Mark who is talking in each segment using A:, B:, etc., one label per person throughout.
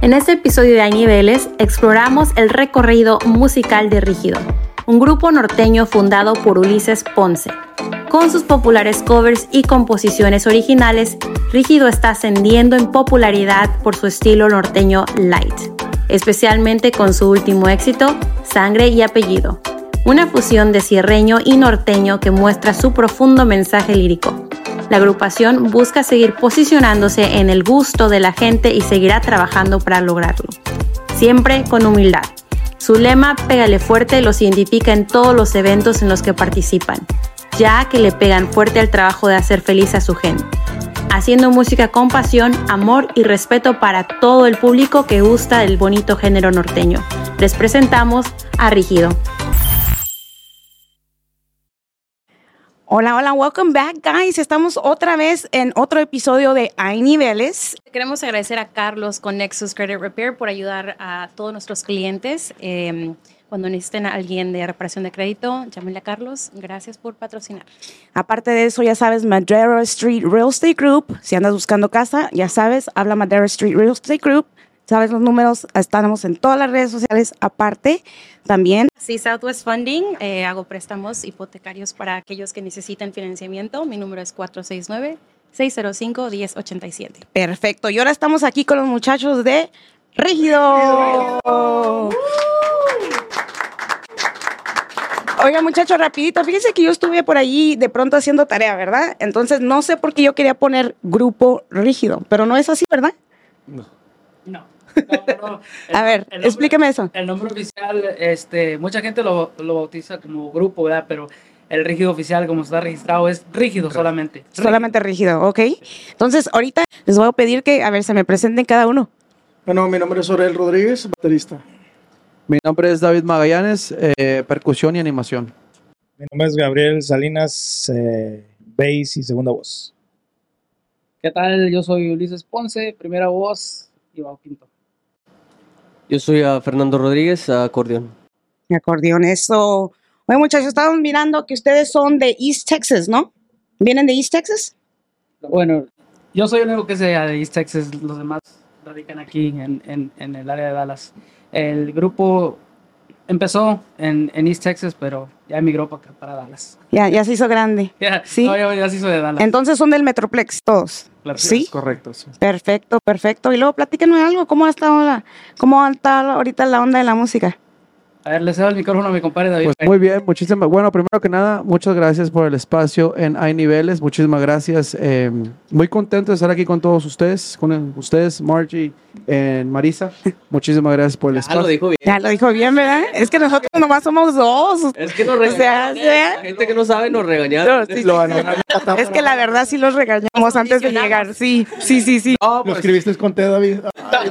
A: En este episodio de Hay Niveles exploramos el recorrido musical de Rígido, un grupo norteño fundado por Ulises Ponce. Con sus populares covers y composiciones originales, Rígido está ascendiendo en popularidad por su estilo norteño light, especialmente con su último éxito, Sangre y Apellido, una fusión de cierreño y norteño que muestra su profundo mensaje lírico. La agrupación busca seguir posicionándose en el gusto de la gente y seguirá trabajando para lograrlo, siempre con humildad. Su lema Pégale fuerte los identifica en todos los eventos en los que participan, ya que le pegan fuerte al trabajo de hacer feliz a su gente, haciendo música con pasión, amor y respeto para todo el público que gusta del bonito género norteño. Les presentamos a Rígido.
B: Hola, hola, welcome back, guys. Estamos otra vez en otro episodio de Hay Niveles.
A: Queremos agradecer a Carlos con Nexus Credit Repair por ayudar a todos nuestros clientes. Eh, cuando necesiten a alguien de reparación de crédito, llámenle a Carlos. Gracias por patrocinar.
B: Aparte de eso, ya sabes, Madera Street Real Estate Group. Si andas buscando casa, ya sabes, habla Madera Street Real Estate Group. Sabes los números, estamos en todas las redes sociales. Aparte, también
A: Sí, Southwest Funding, eh, hago préstamos hipotecarios para aquellos que necesitan financiamiento. Mi número es 469-605-1087.
B: Perfecto. Y ahora estamos aquí con los muchachos de Rígido. Oiga, muchachos, rapidito, fíjense que yo estuve por allí de pronto haciendo tarea, ¿verdad? Entonces no sé por qué yo quería poner grupo rígido, pero no es así, ¿verdad?
C: No.
D: No. no, no. El-
B: A ver,
D: el nombre-
B: explíqueme eso.
D: El nombre oficial, este, mucha gente lo, lo bautiza como grupo, ¿verdad? Pero el rígido oficial, como está registrado, es rígido solamente.
B: Solamente rígido, ¿ok? Entonces ahorita les voy a pedir que, a ver, se me presenten cada uno.
C: Bueno, mi nombre es Orel Rodríguez, baterista.
E: Mi nombre es David Magallanes, eh, percusión y animación.
F: Mi nombre es Gabriel Salinas, eh, bass y segunda voz.
D: ¿Qué tal? Yo soy Ulises Ponce, primera voz y bajo quinto.
G: Yo soy ah, Fernando Rodríguez, ah, acordeón.
B: Acordeón, eso. Oye, muchachos, estamos mirando que ustedes son de East Texas, ¿no? ¿Vienen de East Texas?
D: Bueno, yo soy el único que sea de East Texas, los demás radican aquí en, en- en el área de Dallas. El grupo empezó en, en East Texas, pero ya emigró para, acá, para Dallas.
B: Ya, ya se hizo grande.
D: Ya,
B: Sí.
D: no, ya, ya se hizo de Dallas.
B: Entonces son del Metroplex, todos.
D: claro.
B: Sí.
E: Correcto, sí.
B: Perfecto, perfecto. Y luego platíquenme algo, ¿cómo ha estado la, cómo ha estado ahorita la onda de la música?
D: A ver, le cedo el micrófono a mi compadre David.
E: Pues muy bien, muchísimas. Bueno, primero que nada, muchas gracias por el espacio en Hay Niveles. Muchísimas gracias. eh, muy contento de estar aquí con todos ustedes, con eh, ustedes, Margie, eh, Marisa. Muchísimas gracias por el
G: Ah, lo
E: espacio.
G: dijo bien.
B: Ya lo dijo bien, ¿verdad? Es que nosotros nomás somos dos.
G: Es que nos
B: O sea,
G: regañaron.
B: sea-
G: La gente que no sabe nos regañaron.
B: Sí, sí,
C: Lo
B: sí. Es que la verdad sí los regañamos antes de llegar. Sí, sí, sí, sí.
E: No,
C: Lo
E: pues,
C: escribiste con T, David.
H: Ah,
G: No, no,
B: ¿Qué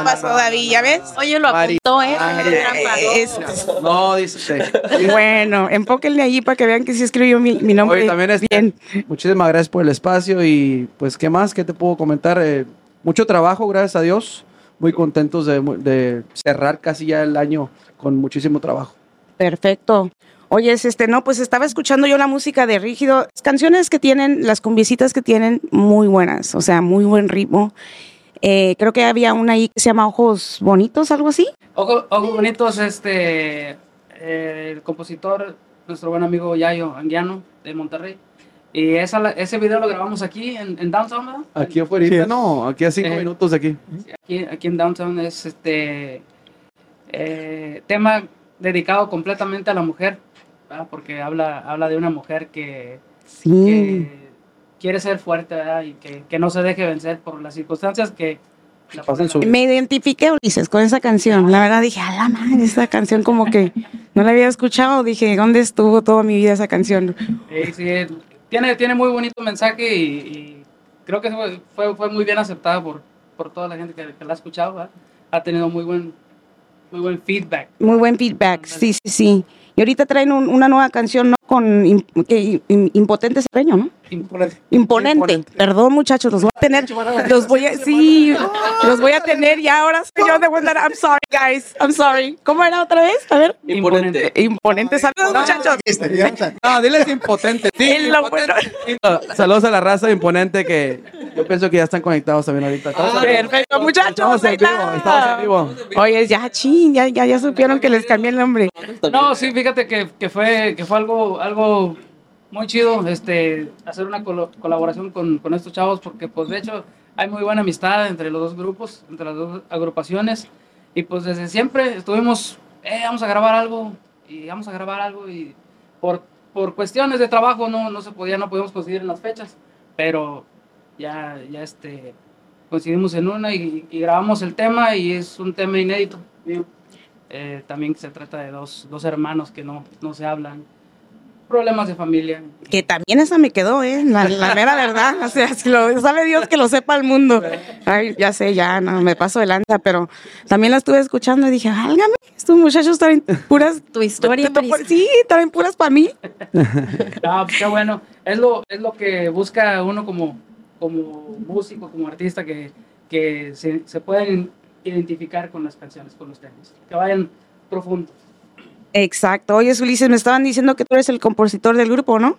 G: no,
B: pasó,
G: no, no,
B: David?
G: no,
B: ¿Ya
G: no,
B: ves?
G: no,
A: Oye, lo
G: Mari-
A: apuntó, ¿eh?
G: Mari-
B: Eh, es-
G: no. No, dice usted.
B: bueno, enfóquenle allí para que vean que sí escribió mi, mi nombre.
E: Oye, también este-
B: bien.
E: Muchísimas gracias por el espacio y pues qué más, qué te puedo comentar. Eh, mucho trabajo, gracias a Dios. Muy contentos de, de cerrar casi ya el año con muchísimo trabajo.
B: Perfecto. Oye, es este, no, pues estaba escuchando yo la música de Rígido. Las canciones que tienen, las cumbicitas que tienen, muy buenas, o sea, muy buen ritmo. Eh, creo que había una ahí que se llama Ojos Bonitos, algo así.
D: Ojo, Ojo Bonitos, este, eh, el compositor, nuestro buen amigo Yayo Anguiano de Monterrey. Y esa, la- ese video lo grabamos aquí en, en Downtown, ¿verdad?
E: Aquí afuera,
C: Sí.
E: no, aquí a cinco
D: Eh.
E: minutos de aquí.
D: Aquí, aquí en Downtown es este eh, tema dedicado completamente a la mujer, ¿verdad? Porque habla, habla de una mujer que,
B: Sí.
D: que quiere ser fuerte, ¿verdad? Y que, que no se deje vencer por las circunstancias que la ponen
E: Pasan su-
D: a-
B: Me identifiqué, Ulises, con esa canción. La verdad dije, a la madre, esa canción como que no la había escuchado. Dije, ¿dónde estuvo toda mi vida esa canción?
D: Sí, sí, tiene, tiene muy bonito mensaje y, y creo que fue, fue, fue muy bien aceptada por, por toda la gente que, que la ha escuchado. ¿verdad? Ha tenido muy buen, muy buen feedback.
B: Muy buen feedback, sí, sí, sí. Y ahorita traen un- una nueva canción, ¿no? Con im- que im- im- Impotente Cerreño, ¿no?
F: Imponente.
B: Imponente.
E: Imponente.
B: Perdón, muchachos, los voy a tener. Los voy a. Sí, los voy a tener ya ahora. soy Yo de Wonder. I'm sorry, guys. I'm sorry. ¿Cómo era otra vez? A ver. eh,
G: Imponente.
B: Imponente. Saludos, muchachos.
C: Este,
E: No, diles impotente. sí,
B: Es lo
E: impotente.
B: bueno.
E: Ah, Saludos a la raza imponente que yo pienso que ya están conectados también ahorita. Estamos en-
B: Perfecto, muchachos.
E: Estamos en vivo, estamos en vivo.
B: Oye, ya, chin, ya, ya, ya supieron que les cambié el nombre.
D: No, sí, fíjate que, que fue, que fue algo, algo muy chido este, hacer una colo- colaboración con, con estos chavos porque pues de hecho hay muy buena amistad entre los dos grupos, entre las dos agrupaciones y pues desde siempre estuvimos, eh, vamos a grabar algo y vamos a grabar algo y por, por cuestiones de trabajo no, no se podía, no podíamos coincidir en las fechas, pero ya, ya este, coincidimos en una y, y grabamos el tema y es un tema inédito. mío. Eh, también se trata de dos, dos hermanos que no, no se hablan, problemas de familia.
B: Que también esa me quedó, ¿eh? La, la mera verdad. O sea, si lo- sabe Dios que lo sepa el mundo. Ay, ya sé, ya, no, me paso de lanza, pero también la estuve escuchando y dije, álgame, estos muchachos traen puras.
A: Tu historia, Marisa.
B: Sí, traen puras para mí.
D: Ah, pues, qué bueno. Es lo, es lo que busca uno como, como músico, como artista, que, que se, se pueden identificar con las canciones, con los temas, que vayan profundo.
B: Exacto. Oye, Ulises, me estaban diciendo que tú eres el compositor del grupo, ¿no?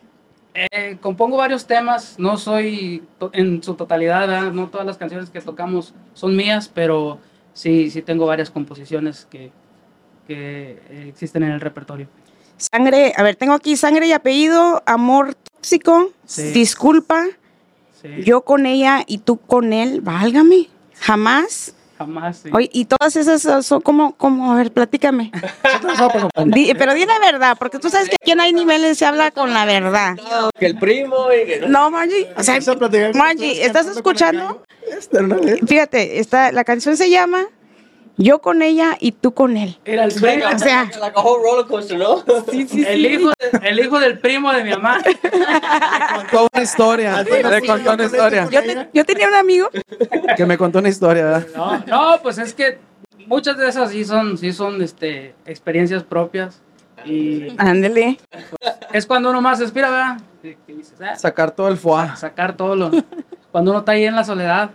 D: Eh, compongo varios temas, no soy to- en su totalidad, ¿verdad? no todas las canciones que tocamos son mías, pero sí, sí tengo varias composiciones que, que eh, existen en el repertorio.
B: Sangre, a ver, tengo aquí sangre y apellido, amor tóxico,
D: Sí.
B: disculpa,
D: Sí,
B: yo con ella y tú con él, válgame, jamás.
D: jamás. sí.
B: Oye, y todas esas uh, son como, como, a ver, platícame. Di- pero di la verdad, porque tú sabes que aquí no hay niveles, se habla con la verdad.
G: Que el primo y que...
B: No, Margie, o sea,
C: Empieza a platicar con ustedes
B: Margie, ¿estás
C: cantando con el
B: escuchando?
C: gallo. Esta era una vez.
B: Fíjate, está, la canción se llama Yo con ella y tú con él.
D: Era el primo,
B: O sea,
G: Like a whole roller coaster, ¿no?
D: el hijo, el hijo del primo de mi mamá.
E: Contó una historia. Le contó una historia.
B: yo, te- yo tenía un amigo
E: Que me contó una historia, ¿verdad?
D: No, no, pues es que muchas de esas sí son, sí son este, experiencias propias. Y
B: Ándele.
D: es cuando uno más respira, ¿verdad? Que- que dices, "Ah,
E: Sacar todo el foie.
D: sacar todo lo. Cuando uno está ahí en la soledad.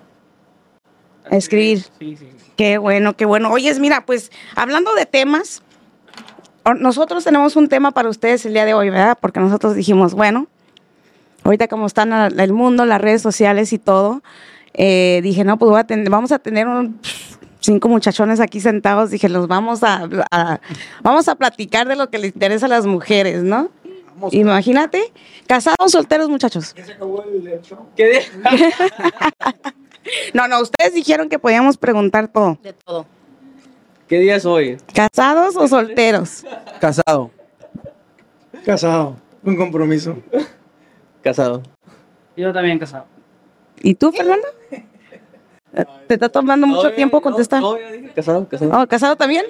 B: Escribir.
D: Sí, sí.
B: Qué bueno, qué bueno. Oye, mira, pues hablando de temas, o- nosotros tenemos un tema para ustedes el día de hoy, ¿verdad? Porque nosotros dijimos, bueno, ahorita como están a- el mundo, las redes sociales y todo, eh, dije, no, pues voy a ten- vamos a tener un- cinco muchachones aquí sentados, dije, los vamos a, habl- a- vamos a platicar de lo que les interesa a las mujeres, ¿no? Imagínate, casados, solteros, muchachos.
G: ¿Qué día?
B: No, no, ustedes dijeron que podíamos preguntar todo.
A: De todo.
G: ¿Qué día es hoy?
B: ¿Casados o solteros?
E: Casado.
C: Casado, un compromiso.
G: Casado.
D: Yo también casado.
B: ¿Y tú, Fernando? Te está tomando mucho
G: Oye,
B: tiempo
G: no,
B: contestar.
G: No, ya dije casado, casado.
B: Oh, ¿Casado también?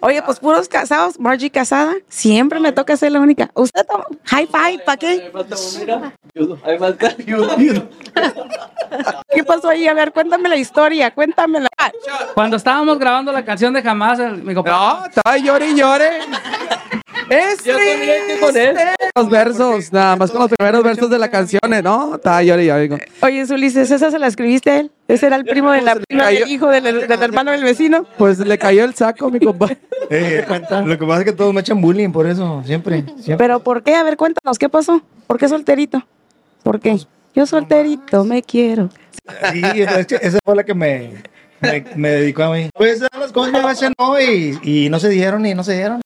B: Oye, pues puros casados. Margie casada. Siempre me toca ser la única. Usted toma. High five, ¿para qué?
G: Ahí falta uno, mira. Ahí falta.
B: ¿Qué pasó ahí? A ver, cuéntame la historia, cuéntamela.
D: Cuando estábamos grabando la canción de Jamás, el- mi compa-
E: No, estaba llore y llore. Es
G: Yo con él, yo con él.
E: triste. Los versos, nada más con los primeros versos de las canciones, ¿no? Estaba llore y llore. digo,
B: Oye, Ulises, ¿esa se la escribiste a él? ¿Ese era el primo de la prima del hijo del, del hermano del vecino?
E: Pues le cayó el saco, mi compadre.
H: Eh, lo que pasa es que todos me echan bullying por eso, siempre. siempre.
B: ¿Pero por qué? A ver, cuéntanos, ¿qué pasó? ¿Por qué solterito? ¿Por qué? Yo solterito me quiero.
H: Sí, es que esa fue la que me, me, me dedicó a mí. Pues ah, las cosas a veces no, y, y no se dijeron y no se dieron.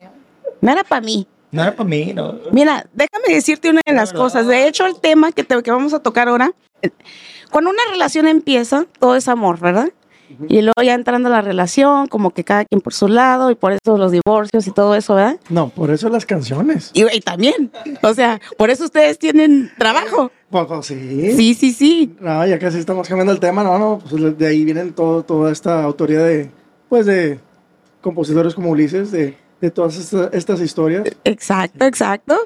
B: No era para mí.
H: No era para mí, no.
B: Mira, déjame decirte una de las cosas. De hecho, el tema que, te- que vamos a tocar ahora, eh, cuando una relación empieza, todo es amor, ¿verdad? Y luego ya entrando a la relación, como que cada quien por su lado, y por eso los divorcios y todo eso, ¿verdad?
C: No, por eso las canciones.
B: Y, y también, o sea, por eso ustedes tienen trabajo.
C: Pues, pues, sí.
B: Sí, sí, sí.
C: No, ya casi estamos cambiando el tema, no, no, pues de ahí vienen todo, toda esta autoría de, pues de compositores como Ulises, de, de todas esta- estas historias.
B: Exacto, exacto.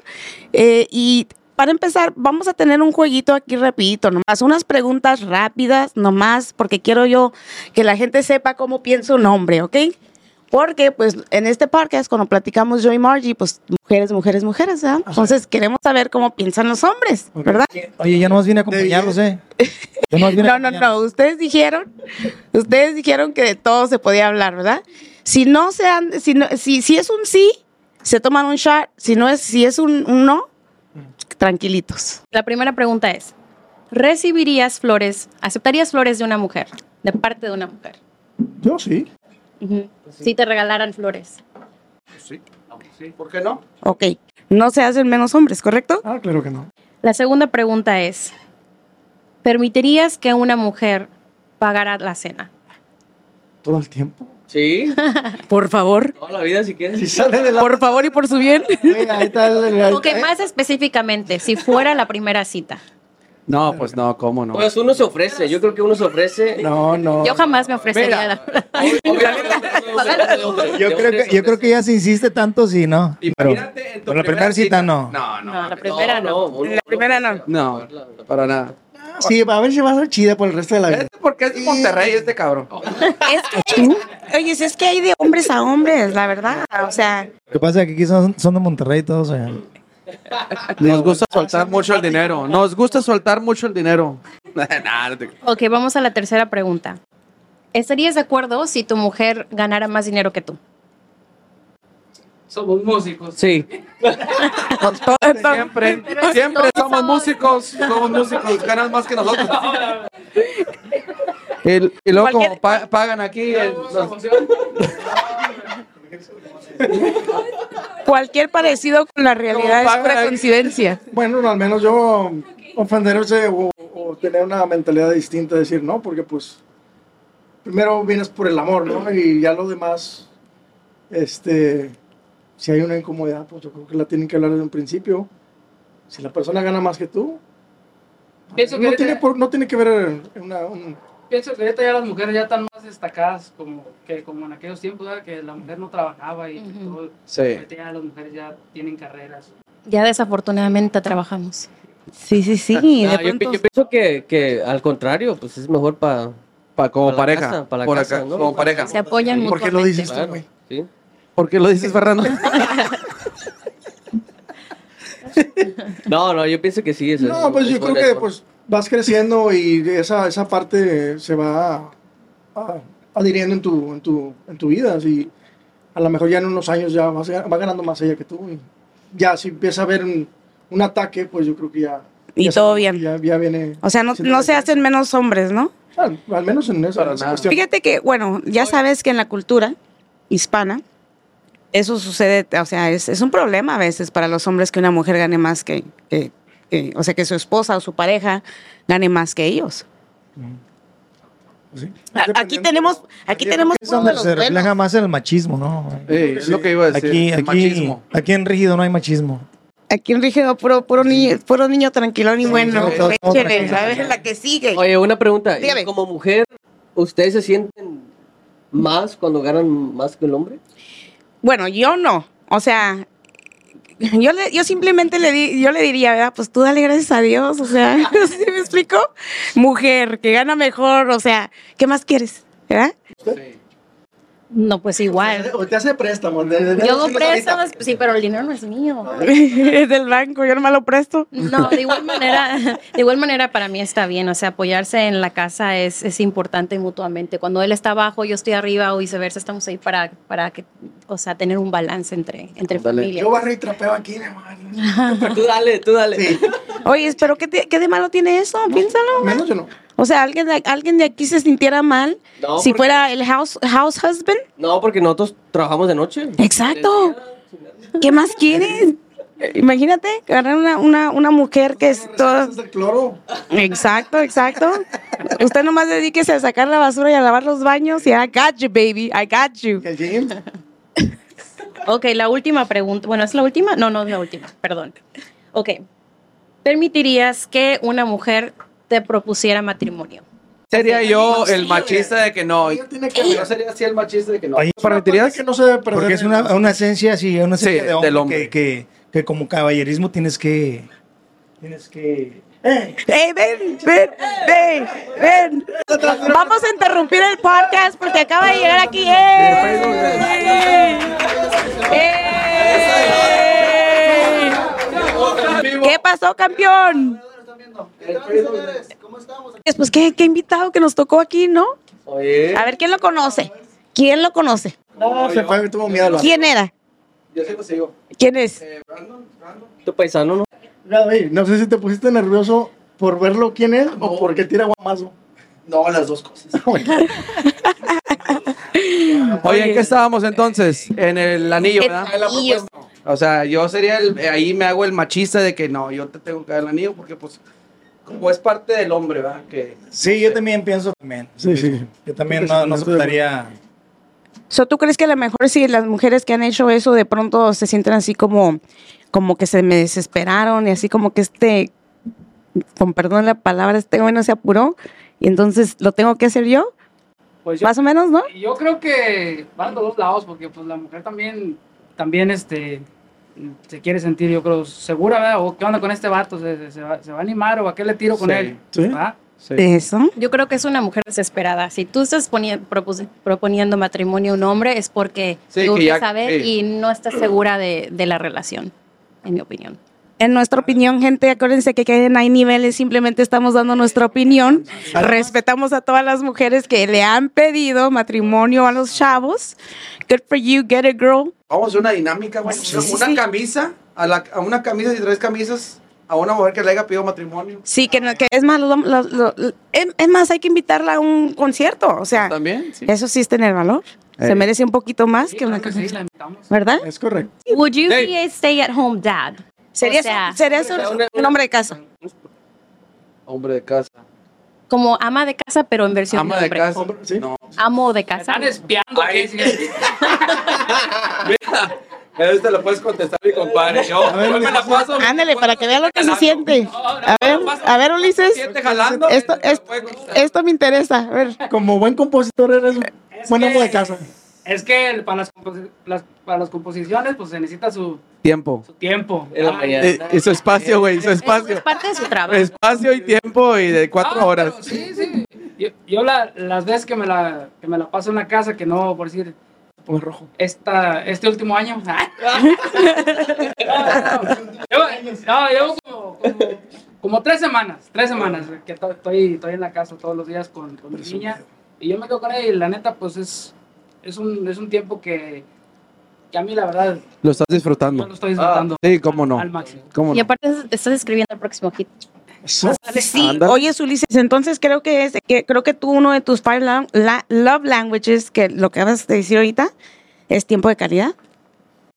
B: Eh, y para empezar, vamos a tener un jueguito aquí rapidito, nomás unas preguntas rápidas, nomás, porque quiero yo que la gente sepa cómo piensa un hombre, ¿ok? Porque, pues, en este podcast, cuando platicamos yo y Margie, pues, mujeres, mujeres, mujeres, ¿verdad? Entonces, queremos saber cómo piensan los hombres, ¿verdad?
H: Oye, ya nomás vine a acompañarlos, ¿eh? Yo nomás vine a
B: No, no, no. Ustedes dijeron, ustedes dijeron que de todo se podía hablar, ¿verdad? Si no se han, si, no- si, si es un sí, se toman un shot. Si no es, si es un, un no, tranquilitos.
A: La primera pregunta es, ¿recibirías flores, aceptarías flores de una mujer, de parte de una mujer?
C: Yo sí.
A: Ujú. Si te regalaran flores.
E: ¿Por qué no?
B: Ok. No se hacen menos hombres, ¿correcto?
C: Ah, claro que no.
A: La segunda pregunta es, ¿permitirías que una mujer pagara la cena?
C: Todo el tiempo.
G: Sí,
B: Por favor.
G: toda la vida si quieres.
C: Si sale de la.
B: Por favor y por su bien.
C: Oye, ahí está el- el-
A: Ok,
C: ahí-
A: más específicamente, si fuera la primera cita.
E: No, pues no, ¿cómo no?
G: Pues uno se ofrece, yo creo que uno se ofrece.
C: No, no.
A: Yo jamás me ofrecería
G: Mira,
A: la verdad.
H: Yo creo, que, yo creo que ya se insiste tanto, sí, ¿no? Pero
I: en tu
H: con la primera cita, no.
I: No, no.
A: No, la primera no.
B: La primera no.
E: No, para nada.
C: Ah, Sí, a ver si va a ser chida por el resto de la vida.
I: Este porque es de Monterrey, este cabrón.
B: Oye, si es que hay de hombres a hombres, la verdad. O sea,
H: Lo que pasa es que aquí son, son de Monterrey todos. ¿eh? oigan.
E: Nos gusta soltar mucho el dinero. Nos gusta soltar mucho el dinero.
I: Nah, no te-
A: Ok, vamos a la tercera pregunta. ¿Estarías de acuerdo si tu mujer ganara más dinero que tú?
D: Somos músicos.
G: Sí.
I: Siempre, siempre somos músicos, somos músicos, ganan más que nosotros.
E: El- y luego como
B: Cualquier-
E: pa- pagan aquí. el- los-
B: cualquier parecido con la realidad es
E: pagan
B: pura
E: ahí?
B: coincidencia.
C: Bueno, no, al menos yo ofenderse o, o tener una mentalidad distinta, decir no, porque pues primero vienes por el amor, ¿no? Y ya lo demás, este, si hay una incomodidad, pues yo creo que la tienen que hablar desde un principio. Si la persona gana más que tú,
D: Pienso que
C: no tiene,
D: ahorita-
C: por- no tiene que ver una, un-
D: Pienso que ahorita ya las mujeres ya están más destacadas como que como en aquellos tiempos ¿verdad? que la mujer no trabajaba y
A: Ujú.
D: todo.
E: Sí.
D: Ahorita ya las mujeres ya tienen carreras.
A: Ya desafortunadamente trabajamos.
B: Sí, sí, sí.
G: No, Ah, yo, pi- yo pienso que, que al contrario, pues es mejor para
E: Pa- como
G: Para la
E: pareja.
G: casa, para la
E: por
G: casa,
E: acá,
G: ¿no?
E: Como pareja.
A: Se apoyan
C: ¿Por
A: mutuamente.
C: qué lo dices tú,
G: Claro,
C: güey?
G: sí.
E: ¿Por qué lo dices, Fernando?
G: No, no, yo pienso que sí. eso es-
C: No, pues
G: es
C: yo creo
G: buena-
C: que
G: es
C: pues vas creciendo y esa, esa parte se va ah, adhiriendo en tu, en tu, en tu vida. Así, a lo mejor ya en unos años ya vas, ga- va ganando más ella que tú. y ya si empieza a haber un, un ataque, pues yo creo que ya...
B: Y
C: ya
B: todo
C: se-
B: bien.
C: Ya, ya viene...
B: O sea, no, no se hacen menos hombres, ¿no?
C: Al, al menos en esa, en esa
E: nada.
C: cuestión.
B: Fíjate que, bueno, ya sabes que en la cultura hispana eso sucede, o sea, es, es un problema a veces para los hombres que una mujer gane más que, que- que- o sea, que su esposa o su pareja gane más que ellos.
H: Mm.
C: Sí.
B: A- Aquí tenemos, aquí
C: Dependiendo.
B: tenemos
H: Es
B: uno
H: donde
B: de los pues,
H: se refleja
B: buenos.
H: más el machismo, ¿no?
E: Ey, es lo que iba a decir.
H: Aquí,
E: el
H: aquí,
E: Machismo.
H: aquí en Rígido no hay machismo.
B: Aquí en Rígido, puro, puro, niño, puro niño tranquilón y bueno.
H: sí, sí, sí.
B: Échale, a ver la que sigue.
G: Oye, una pregunta. ¿y
B: Dígame.
G: como mujer, ¿ustedes se sienten más cuando ganan más que el hombre?
B: Bueno, yo no. O sea, yo, le- yo simplemente le, di- yo le diría, ¿verdad? Pues tú dale gracias a Dios. O sea, ¿sí me explico? Mujer, que gana mejor. O sea, ¿qué más quieres? ¿Verdad?
A: No, pues igual.
C: O te hace préstamo. de- de- de-
A: Yo hago
C: de- ahorita.
A: préstamos, sí, pero el dinero no es mío.
B: es del banco, yo no me lo presto.
A: No, de igual manera, de igual manera para mí está bien, o sea, apoyarse en la casa es, es importante mutuamente. Cuando él está abajo, yo estoy arriba o viceversa, estamos ahí para, para que, o sea, tener un balance entre, entre
E: Ándale.
A: familia.
C: Yo barro y trapeo aquí, hermano.
G: tú dale, tú dale.
B: Oye, pero ¿qué, te- qué de malo tiene eso? Piénsalo.
C: Menos yo no.
B: O sea, alguien de, alguien de aquí se sintiera mal
G: No,
B: si
G: porque-
B: fuera el house, house husband.
G: No, porque nosotros trabajamos de noche.
B: Exacto. ¿Qué más quieres? Imagínate ganar una, una, una mujer que es toda...
C: Es del cloro.
B: Exacto, exacto. Usted nomás dedíquese a sacar la basura y a lavar los baños y I got you, baby, I got you.
C: El gym.
A: Ok, la última pregunta. Bueno, ¿es la última? No, no es la última, perdón. Ok. ¿Permitirías que una mujer te propusiera matrimonio?
I: Sería yo el machista de que no.
C: Ella tiene que ver.
I: sería así el machista de que no.
H: Oye,
C: Es una
E: ¿Permitirías?
C: parte que no se debe perder.
H: Porque es una, una esencia así, una esencia
I: Sí,
H: de hombre,
I: del hombre.
H: Que, que- que como caballerismo tienes que... Tienes que...
B: Ey, ven, ven, ven, ven. Vamos a interrumpir el podcast porque acaba de llegar aquí. eh. ¡Ey! Eh. ¡Ey! ¿Qué pasó, campeón? Pues qué, qué invitado que nos tocó aquí, ¿no?
G: Oye.
B: A ver, ¿quién lo conoce? ¿Quién lo conoce?
C: No, se fue, tuvo miedo. la-
B: ¿Quién era?
I: Yo sigo, sigo.
B: ¿Quién es?
G: Tu paisano, ¿no?
C: Gaby, no sé si te pusiste nervioso por verlo quién es o porque tira guamazo.
I: No, las dos cosas.
E: Oye, ¿en qué estábamos entonces? En el anillo, ¿verdad?
I: la propuesta.
E: O sea, yo sería el, eh, ahí me hago el machista de que no, yo te tengo que dar el anillo porque pues como es parte del hombre, ¿verdad? Que
H: Sí, yo también pienso también.
C: Sí, sí.
H: Yo también no, no aceptaría.
B: So, ¿Tú crees que a lo mejor si las mujeres que han hecho eso de pronto se sienten así como, como que se me desesperaron y así como que este, con perdón la palabra, este güey no se apuró y entonces lo tengo que hacer yo?
D: Pues yo,
B: Más o menos, ¿no?
D: yo creo que van de dos lados, porque pues la mujer también, también este, se quiere sentir, yo creo, segura, ¿verdad? O qué onda con este vato, se, se- se va, se va a animar o a qué le tiro con
E: Sí.
D: él.
C: Sí.
D: ¿verdad?
E: sí.
B: Eso.
A: Yo creo que es una mujer desesperada. Si tú estás poni- propus- proponiendo matrimonio a un hombre es porque
E: Sí,
A: tú
E: que
A: quieres
E: ya-
A: saber
E: sí.
A: y no estás segura de, de la relación, en mi opinión.
B: En nuestra opinión, gente, acuérdense que aquí en hay niveles, simplemente estamos dando nuestra opinión. Respetamos a todas las mujeres que le han pedido matrimonio a los chavos. Good for you, get a girl.
E: Vamos a hacer una dinámica, güey. una camisa, a, la, a una camisa y tres camisas, a una mujer que le haya pedido matrimonio.
B: Sí, que, no- que es más, lo- lo- lo- lo- es, es más, hay que invitarla a un concierto. O sea,
E: También, sí.
B: eso sí es tener valor. Se
E: Eh.
B: merece un poquito más
D: Sí,
B: que una
D: claro que sí,
B: camisa.
D: la invitamos.
B: ¿Verdad?
C: Es correcto.
A: Would you be a stay-at-home dad?
B: Sería,
A: O sea-
B: su- sería su- un hombre de casa.
E: Hombre de casa.
A: Como ama de casa, pero en versión
E: Ama
A: de
E: de
A: hombre.
E: casa.
C: Hombre, sí.
E: No.
A: Amo de casa.
D: Están espiando. ¿qué? Sí.
I: Eso te lo puedes contestar, mi compadre. Yo, yo me la paso.
B: Ándale, para que vea lo que se
I: jalando.
B: siente. A ver, a ver, Ulises.
I: Siete jalando.
B: Esto-
I: me la
B: esto-
I: puede contestar.
B: Esto me interesa. A ver.
C: Como buen compositor eres un buen amo de casa.
D: Es que el- para las, composi- las- para las composiciones, pues se necesita su,
E: Tiempo.
D: su tiempo. Ah,
G: En la
D: ¿verdad?
G: mañana.
E: Eh, y su espacio, güey, su
A: Eso es
E: espacio.
A: parte de su trabajo.
E: Espacio y tiempo y de
D: Ah,
E: cuatro
D: pero
E: horas.
D: Sí, sí. Yo, yo la- las veces que me, la, que me la paso en la casa, que no, por decir,
C: Pues rojo.
D: esta, este último año. no, no, llevo, no, llevo como, como- como tres semanas, tres semanas que to- estoy, estoy en la casa todos los días con, con mi niña. Y yo me quedo con ella y la neta, pues es, es, un, es un tiempo que, que a mí la verdad
E: Lo
D: yo
E: estás
D: Ah. lo
E: disfrutando.
D: estoy disfrutando
E: Sí, cómo Ah, no.
D: al máximo.
E: Cómo
A: Y
E: no.
A: aparte estás escribiendo el próximo hit.
B: Sí,
E: Ándale.
B: oye, Ulises, entonces creo que es que creo que tú uno de tus five lang- la- love languages que lo que acabas de decir ahorita es tiempo de calidad.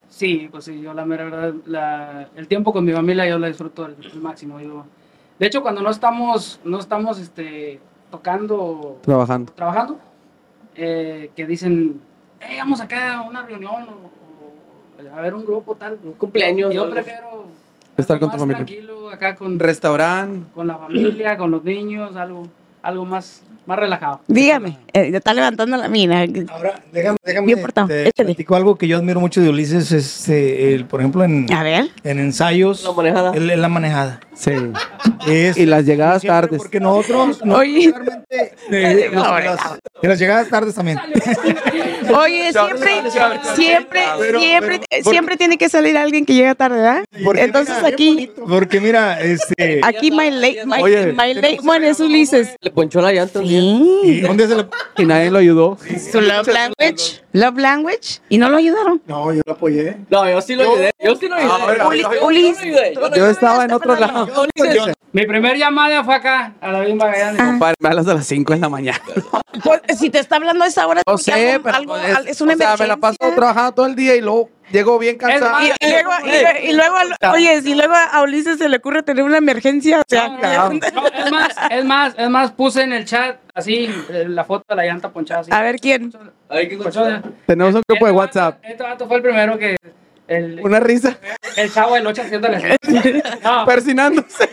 D: Sí, pues sí, yo la mera verdad, la- el tiempo con mi familia yo la disfruto al, al máximo. Yo, de hecho, cuando no estamos, no estamos este, tocando
E: Trabajando.
D: trabajando, eh, que dicen, "Hey, vamos acá a una reunión o, o a ver un grupo tal.
G: Un cumpleaños.
D: Yo
G: ¿no?
D: prefiero
E: Estar
D: algo
E: con tu
D: más
E: familia.
D: Tranquilo, acá con,
E: Restaurante.
D: con la familia, con los niños, algo, algo más, más relajado.
B: Dígame, eh, está levantando la mina.
H: Ahora, déjame, déjame.
B: Bien portado,
H: te
B: échale.
H: platico algo que yo admiro mucho de Ulises, este, el, por ejemplo, en,
B: A ver,
H: en ensayos.
G: La manejada.
H: Él es la manejada.
E: Sí.
H: Es-
E: Y las llegadas
H: siempre,
E: tardes.
H: Porque nosotros, no,
B: Oye.
H: regularmente, eh, los- las- y las llegadas tardes también.
B: oye, siempre, siempre, siempre, siempre tiene que salir alguien que llega tarde, ¿verdad?
H: Porque
B: Entonces
H: mira,
B: aquí,
H: Porque mira, este.
B: aquí my late, my,
E: Oye.
B: my late one es Ulises.
G: Le ponchó la llanta. un día.
B: Sí,
H: ¿y ¿Dónde se le.?
E: Y nadie lo ayudó.
B: su love language, love language, y no lo ayudaron.
C: No, yo lo apoyé.
G: No, yo sí lo ayudé. Yo sí lo ayudé.
B: Uli-
G: Yo no
B: Ulises,
G: ayudé, yo no
E: Yo
G: ayudé.
E: estaba en otro lado.
G: Ulises,
D: Mi primer llamada fue acá, a David Magallanes.
E: Compadre, me hablas a las 5 de la mañana.
B: Pues, si te está hablando a esa hora,
E: No
B: es porque
E: sé,
B: algo-
E: pero
B: algo-
E: pues,
B: es una
E: o sea, me la paso
B: emergencia.
E: trabajando todo el día y luego llego bien cansado.
D: más,
B: Y, y luego, y lue- y luego al- oye, si luego a Ulises se le ocurre tener una emergencia, o sea,
D: No, es más, es más, es más, puse en el chat así eh, la foto de la llanta ponchada. Así.
B: a ver quién.
G: A ver qué
D: Ponchada.
E: Tenemos un grupo de
D: Este vato-
E: WhatsApp.
D: Este vato fue el primero que. El,
E: Una risa,
D: el chavo del 8 haciendo la. No,
E: persinándose.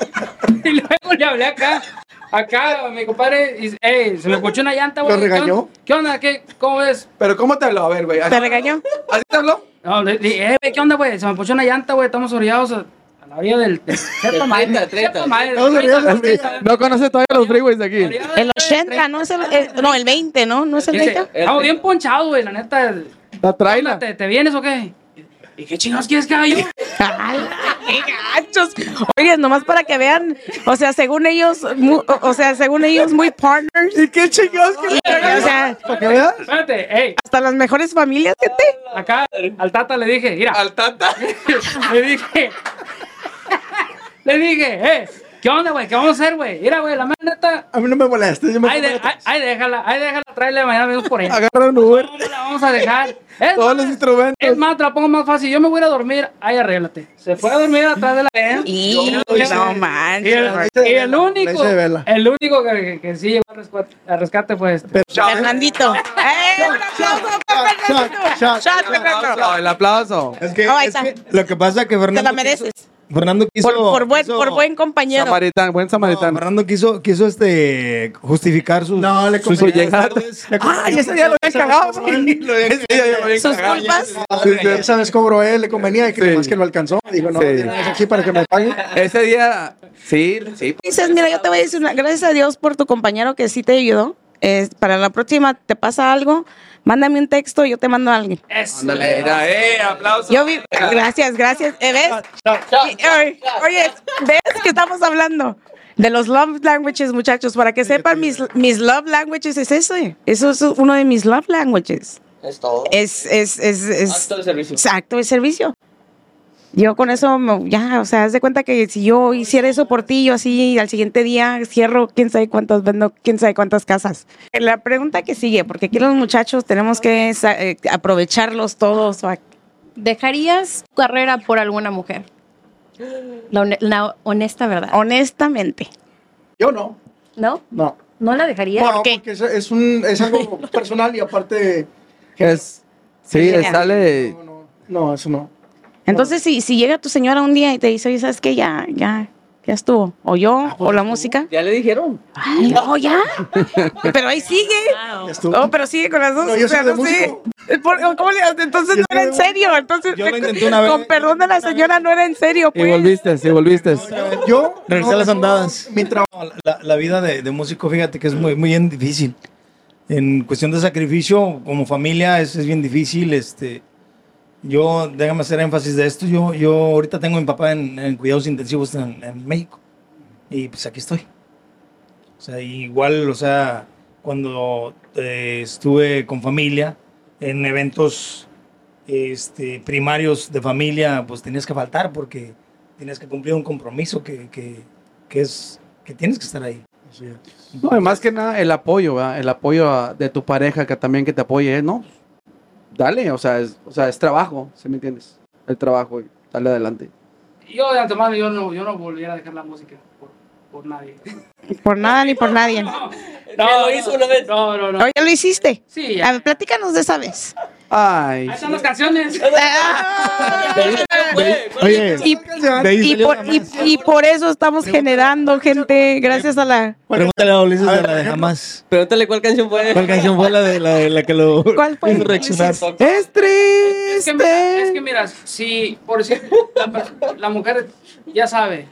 D: y luego le hablé acá. Acá, a mi compadre, y, "Ey, se me ponchó una llanta, güey.
C: ¿Lo
D: ¿qué on-
C: regañó?
D: ¿Qué onda? ¿Qué, ¿Cómo ves?
E: Pero ¿cómo te habló? A ver, güey.
B: ¿Te
E: ¿Así
B: regañó?
E: así te habló?
D: No, le dije, "Eh, güey, ¿qué onda, güey? Se me ponchó una llanta, güey. Estamos orillados a, a la orilla del. del- Sepa madre.
G: 30, 30.
D: sepa madre,
C: Estamos arriba de la orilla.
E: No conoce todavía los freeways de aquí.
D: orilla del-
B: El 80, ¿no? Es el, el- no, el 20, ¿no? ¿No es el
D: Dice,
B: 20?
D: Estamos bien ponchados, güey, la neta.
E: La traila.
D: ¿Te, te vienes o qué? ¿Y qué chingados quieres que haga yo?
B: ¡Ala, ¡Qué gachos! Oigan, nomás para que vean, o sea, según ellos, mu- o o sea, según ellos, muy partners.
C: ¿Y qué chingados que le
B: O sea,
C: ¿Para que veas?
D: Espérate, hey,
B: hasta las mejores familias que te.
D: acá al Tata le dije, mira,
I: Al tata.
D: le dije, le dije, eh, ¿qué onda, güey? ¿Qué vamos a hacer, güey? Mira, güey, la mera neta,
C: A mí no me molestes, yo me
D: ahí, de-
C: pongo
D: ahí- ahí déjala, ahí déjala, tráele mañana, vemos por ella.
E: Agarra un Uber.
D: No la vamos a dejar. Es
E: Todos
D: más,
E: los instrumentos.
D: Es más, te la pongo más fácil. Yo me voy a ir a dormir. Ahí arréglate. Se fue a dormir atrás de la.
B: Y no
D: Y
B: manches.
D: el, y el único,
C: leche de vela.
D: el único que, que- que sí llegó al rescate, al rescate fue este.
B: Fernandito. ¡Eh! ¡Un aplauso para Fernandito!
C: shot,
B: ¡Shot, Fernando!
I: El aplauso.
H: Es que,
B: Oh, ahí
H: es
B: está.
H: que lo que pasa es que Fernando.
B: Te la
H: quiso-
B: mereces.
H: Fernando quiso.
B: Por, por buen,
H: quiso-
B: por buen compañero.
E: Samaritán, buen
H: no,
E: samaritán.
H: Fernando quiso, quiso este, justificar sus.
C: No, le
H: sus-
C: convenía.
H: sus llegadas.
C: Ay, ese día lo habían cagado. güey.
B: Sus culpas.
C: Ah, Sí, sí, Esa vez cobró él, le convenía y que
J: Sí.
C: nomás que lo alcanzó. Dijo, no,
J: Sí.
C: es aquí para que me paguen.
J: Ese día, sí, sí.
B: Dices, mira, yo te voy a decir una. Gracias a Dios por tu compañero que sí te ayudó. Eh, para la próxima, te pasa algo, mándame un texto y yo te mando a alguien.
D: Eso.
J: Ándale, era, eh, aplauso.
B: Yo vi. Gracias, gracias. Eh, ¿Ves? Oye, Oye, ¿ves que estamos hablando? De los love languages, muchachos. Para que sepan, mis, mis love languages es ese. Eso es uno de mis love languages.
G: Es todo.
B: Es, es, es, es
G: Acto de servicio.
B: Exacto, el servicio. Yo con eso, me- ya, o sea, haz de cuenta que si yo hiciera eso por ti, yo así al siguiente día cierro quién sabe cuántas, vendo quién sabe cuántas casas. La pregunta que sigue, porque aquí los muchachos tenemos que sa- eh, aprovecharlos todos. va-
A: ¿Dejarías tu carrera por alguna mujer? La, hone- la honesta verdad.
B: Honestamente,
C: Yo no,
A: ¿No?
C: no.
A: ¿No la dejarías?
C: No, porque es, es un, es algo personal y aparte.
J: Es, sí,
B: Mira.
J: sale.
C: No, no, no, eso no.
B: entonces si, si llega tu señora un día y te dice, oye, ¿sabes qué? Ya, ya, ya estuvo. O yo, o la música.
G: Ya le dijeron.
B: Ay, no, ya. Pero ahí sigue.
C: Ya estuvo.
B: Oh, pero sigue con las dos.
C: No, yo
B: o sea,
C: soy de
B: no sé.
C: músico.
B: Por- ¿Cómo le- entonces no
C: Yo
B: era
C: soy
B: en
C: de-
B: serio. Entonces,
H: yo lo intenté una vez.
B: con perdón de la señora, no era en serio.
E: Y
B: Pues.
E: volviste, sí, volviste.
C: Yo.
H: Regresé a las andadas.
C: Mi trabajo.
H: No, la, la vida de, de músico, fíjate que es muy, muy bien difícil. En cuestión de sacrificio, como familia, es, es bien difícil. Este, yo, déjame hacer énfasis de esto. Yo, yo ahorita tengo a mi papá en, en cuidados intensivos en, en México. Y pues aquí estoy. O sea, igual, o sea, cuando eh, estuve con familia, en eventos este, primarios de familia, pues tenías que faltar porque tenías que cumplir un compromiso que, que, que es que tienes que estar ahí.
E: No, y más que nada el apoyo, ¿verdad? el apoyo a- de tu pareja que también que te apoye, ¿eh? ¿no? Dale, o sea, es, o sea, es trabajo, ¿sí me entiendes? El trabajo, y dale adelante.
D: Yo de antemano yo no, yo no volviera a dejar la música por, por nadie.
B: Por nada ni por nadie.
D: No,
G: lo hizo una vez.
D: No, no, no.
B: Oye, lo hiciste.
D: Sí, ya.
B: A ver, platícanos de esa vez.
E: Ay,
D: Ahí están las canciones.
H: Oye,
B: Ah. Y, y por, y- y por eso estamos generando, gente, gracias a la...
H: pregúntale a Ulises de la de jamás.
G: Pregúntale cuál canción fue.
H: ¿Cuál canción fue la de la, de la que lo
B: ¿Cuál fue?
H: hizo reaccionar?
D: Es
E: es
D: que, mira, es que
E: triste.
D: mira, si por decir, la, per- la mujer ya sabe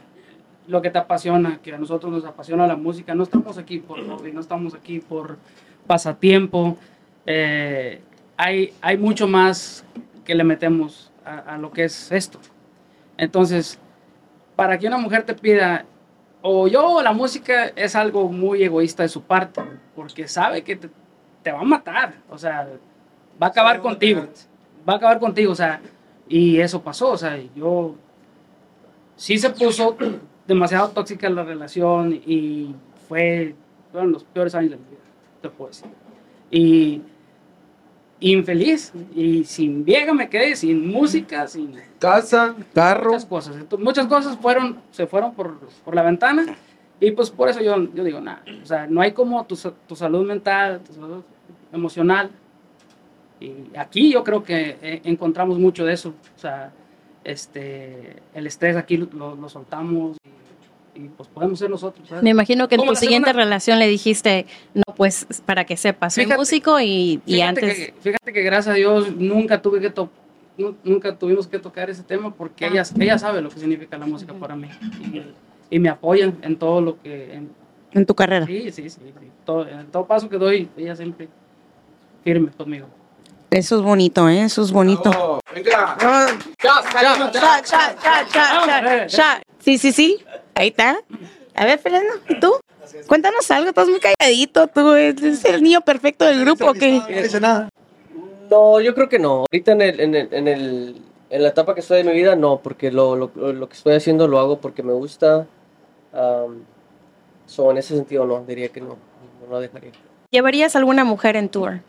D: lo que te apasiona, que a nosotros nos apasiona la música, no estamos aquí por hobby, no estamos aquí por pasatiempo, eh, hay, hay mucho más que le metemos a, a lo que es esto. Entonces, para que una mujer te pida, o yo o la música es algo muy egoísta de su parte, porque sabe que te, te va a matar, o sea, va a acabar contigo, va a acabar contigo, o sea, y eso pasó, o sea, yo sí se puso demasiado tóxica la relación y fue, fueron los peores años de mi vida, te puedo decir. Y infeliz, y sin vieja me quedé, sin música, sin
E: Casa, carro.
D: muchas cosas. Ento- muchas cosas fueron, se fueron por, por la ventana y pues por eso yo, yo digo, nada, o sea, no hay como tu, sa- tu salud mental, tu salud emocional. Y aquí yo creo que eh, encontramos mucho de eso. O sea, este, el estrés aquí lo, lo- lo soltamos y, y, pues podemos ser nosotros. ¿sabes?
A: Me imagino que en
D: ¿Cómo
A: tu
D: la
A: siguiente
D: segunda?
A: relación le dijiste, no, pues para que sepas, soy
D: Fíjate-
A: músico y, y
D: Fíjate
A: antes.
D: que- fíjate que gracias a Dios nunca tuve que to- nu- nunca tuvimos que tocar ese tema porque ella, ella sabe lo que significa la música para mí. Y, y me apoyan en todo lo que... En,
B: en tu carrera.
D: Sí, sí, sí. sí. Todo, en todo paso que doy, ella siempre firme conmigo.
B: Eso es bonito, ¿eh? Eso es bonito.
E: Ah, oh,
I: Venga.
B: Shot, shot, shot, shot, shot, shot. Sí, sí, sí. Ahí está. A ver, Fernando, ¿y tú? Cuéntanos algo, estás muy calladito, tú eres el niño perfecto del grupo, ¿o qué?
G: No, yo creo que no. Ahorita en el, en el, en el- en la etapa que estoy de mi vida, no, porque lo, lo- lo que estoy haciendo lo hago porque me gusta. Am, so, en ese sentido, no, diría que no, no la dejaría.
A: ¿Llevarías alguna mujer en tour?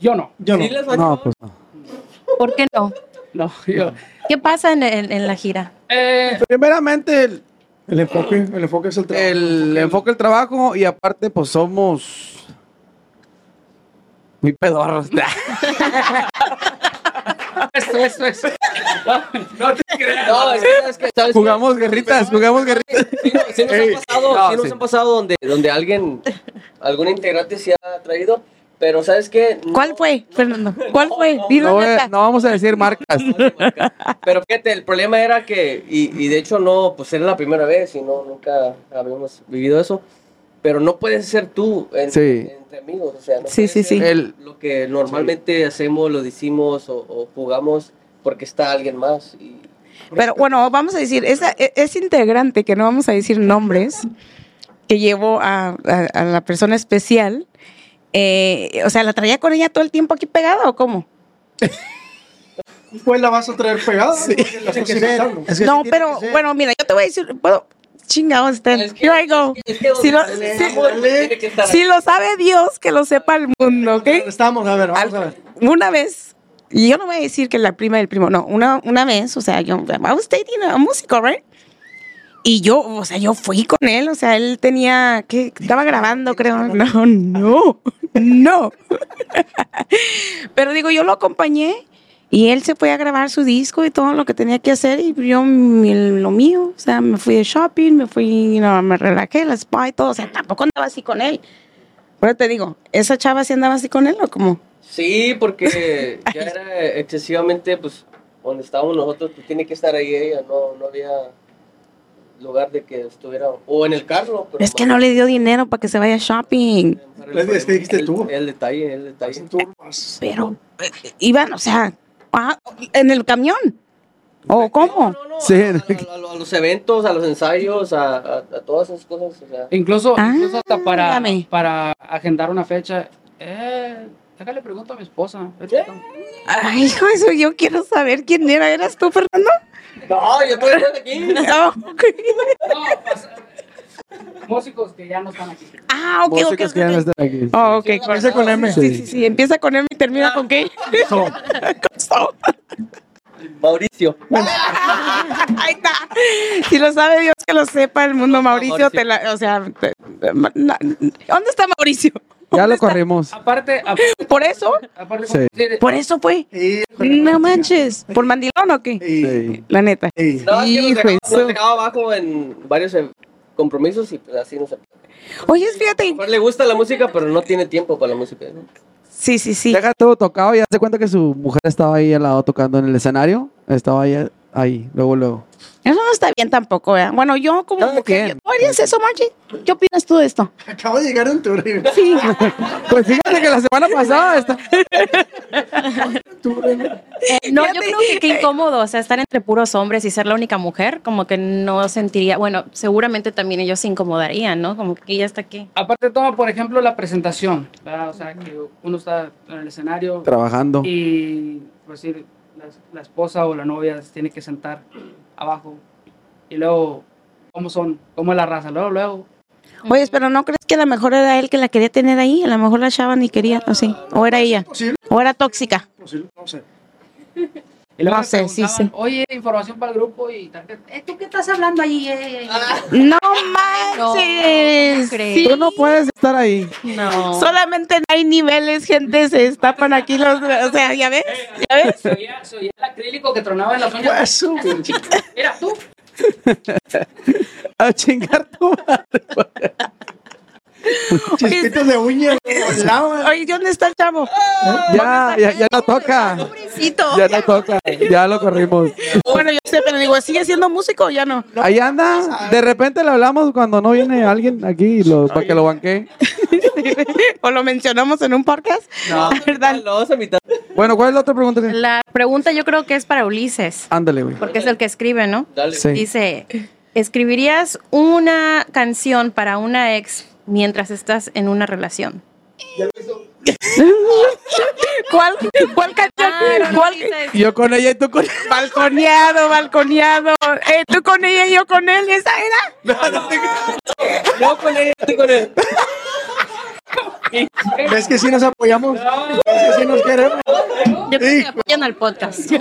D: Yo no.
H: Yo no.
E: No, pues no.
A: ¿Por qué no?
D: No, yo. Eh,
A: ¿Qué pasa en, en- en la gira?
E: Primeramente, el,
C: El enfoque, el enfoque es el trabajo.
E: el enfoque al trabajo y aparte, pues somos muy pedorros.
D: Eso, eso, eso.
I: No te creas.
G: No, es que, sabes que- sabes que-
E: jugamos guerritas, jugamos guerritas.
G: sí, no, sí nos
E: Ey.
G: han pasado,
E: No,
G: sí nos
E: sí.
G: han pasado donde, donde alguien, algún integrante se ha traído, pero ¿sabes qué? No,
B: ¿Cuál fue, Fernando? ¿Cuál fue? Dile
E: No,
B: la
E: eh,
B: neta.
E: no vamos a decir marcas.
G: Pero fíjate, el problema era que, y, y de hecho no, pues era la primera vez y no, nunca habíamos vivido eso. Pero no puedes ser tú en-
E: Sí.
G: entre amigos, o sea, no
B: Sí,
G: puedes
B: sí, sí.
G: ser
E: El-
G: lo que normalmente hacemos, lo decimos o, o jugamos porque está alguien más. Y,
B: Pero bueno, vamos a decir, esa- e- ese integrante, que no vamos a decir nombres, que llevó a, a- a la persona especial, eh, o sea, ¿la traía con ella todo el tiempo aquí pegada o cómo?
C: Pues la vas a traer pegada. porque la estás invitando.
B: No, pero bueno, mira, yo te voy a decir, puedo, chingados, estén.
G: Es que-
B: Here I go.
G: Es que
B: Si lo,
G: donde-
B: si-
G: tiene que estar ahí.
B: si lo sabe Dios, que lo sepa el mundo, ¿ok?
C: Estamos, a ver, vamos a ver.
B: Una vez, y yo no voy a decir que la prima del primo, no, una, una vez, o sea, yo, I was dating a músico, right? Y yo, o sea, yo fui con él, o sea, él tenía, que estaba grabando, creo. No, no, no. Pero digo, yo lo acompañé y él se fue a grabar su disco y todo lo que tenía que hacer y yo mi- lo mío, o sea, me fui de shopping, me fui, no, me relajé, la spa y todo, o sea, tampoco andaba así con él. Pero te digo, ¿esa chava sí andaba así con él o cómo?
G: Sí, porque ya era excesivamente, pues, donde estábamos nosotros, pues tiene que estar ahí ella, no, no había lugar de que estuviera, o en el carro. Pero
B: Es que no le dio dinero para que se vaya shopping.
C: Es que dijiste
G: El-
C: tú.
G: El, detalle, el detalle.
C: Tú vas.
B: Pero eh, iban, o sea, ah, en el camión. ¿O
G: No,
B: cómo?
G: no, no,
E: Sí.
G: a, a- a- a los eventos, a los ensayos, a, a- a todas esas cosas, o sea.
D: Incluso,
B: Ah,
D: incluso hasta para,
B: dame.
D: para agendar una fecha. Eh, déjale pregunto a mi esposa.
B: Ay, hijo, eso yo quiero saber quién era. ¿Eras tú, Fernando? Ah,
G: No, yo todavía estoy aquí.
B: No.
D: No, pasa- músicos que ya no están aquí.
B: Ah, ok, ok.
E: Músicos que ya no
B: ok.
E: están aquí.
B: Oh, ok, con-
C: Empieza con M.
B: Sí, sí, sí. Empieza con M y termina con qué.
C: So,
G: Mauricio.
B: Ahí está. Si lo sabe Dios que lo sepa el mundo, Mauricio, te la, o sea, te- ma- na- ¿dónde está Mauricio?
E: Ya lo corrimos.
D: Aparte, ap-
B: Por eso,
D: aparte
E: Sí.
D: sí,
B: por eso fue.
C: y-
B: No manches, por mandilón o qué?
C: y-
E: Sí.
B: La neta.
C: y-
G: No, es
B: Hijo
G: que nos dejaba,
B: eso.
G: nos dejaba abajo en varios eh, compromisos y pues así no se
B: Oye,
G: A lo
B: fíjate.
G: mejor le gusta la música, pero no tiene tiempo para la música. ¿no?
B: Sí, sí, sí.
E: Deja todo tocado y hace cuenta que su mujer estaba ahí al lado tocando en el escenario. Estaba ahí, ahí luego, luego.
B: Eso no está bien tampoco, ¿verdad? Bueno, yo como
E: Cada
B: mujer,
E: quien.
B: ¿tú harías eso, Margie? ¿Qué opinas tú de esto?
C: Acaba de llegar un tour.
B: Sí.
E: Pues fíjate que la semana pasada está-
A: Eh, no, yo creo que qué incómodo, o sea, estar entre puros hombres y ser la única mujer, como que no sentiría, bueno, seguramente también ellos se incomodarían, ¿no? Como que ya está aquí.
D: aparte toma, por ejemplo, la presentación. ¿verdad? O sea, que uno está en el escenario
E: trabajando.
D: y, por decir, la, la esposa o la novia se tiene que sentar abajo. Y luego, ¿cómo son? ¿Cómo es la raza? Luego, luego.
B: Oye, pero ¿no crees que a lo mejor era él que la quería tener ahí? A lo mejor la chava ni quería, o sí. O era ella.
C: Posible,
B: O era tóxica.
C: posible, no sé.
D: Y luego
B: No
D: le
B: sé, sí,
D: preguntaban,
B: sí.
D: Oye, información para el grupo y tarjeta. Eh, ¿Tú qué estás
A: hablando allí?
B: ¡No
A: no,
B: manches!
A: ¿cómo crees?
B: Sí.
E: Tú no puedes estar ahí.
A: No.
B: Solamente hay niveles, gente, se destapan aquí los... O sea, ¿ya ves? ¿Ya ves?
D: Se oía, se oía el acrílico que tronaba en las uñas. Mira tú.
E: A chingar tu madre.
C: Chispitas de uña.
B: Oye, ¿y ¿dónde está el chavo?
E: Ya, ya, ya no toca.
B: Pobrecito.
E: Ya no toca, ya lo corrimos.
B: Bueno, yo sé, pero digo, ¿sigue siendo músico o ya no?
E: Ahí anda, de repente le hablamos cuando no viene alguien aquí y lo- para que lo banquee.
B: ¿O lo mencionamos en un podcast?
G: No,
B: ¿verdad?
G: Lo vamos a invitar.
E: Bueno, ¿cuál es la otra pregunta? que-
A: La pregunta yo creo que es para Ulises,
E: Ándale, güey.
A: porque es el que escribe, ¿no?
G: Dale.
E: Sí.
A: Dice, ¿escribirías una canción para una ex mientras estás en una relación?
B: ¿Cuál, cuál canción?
A: Ah, no,
B: ¿Cuál?
A: Ulises.
E: Yo con ella y tú con
B: Balconeado, balconeado. Eh, tú con ella y yo con él, ¿esa era?
G: No, con él, estoy con él.
C: ¿Ves que sí nos apoyamos? ¿Ves que sí nos queremos?
A: Yo creo que te apoyan al podcast.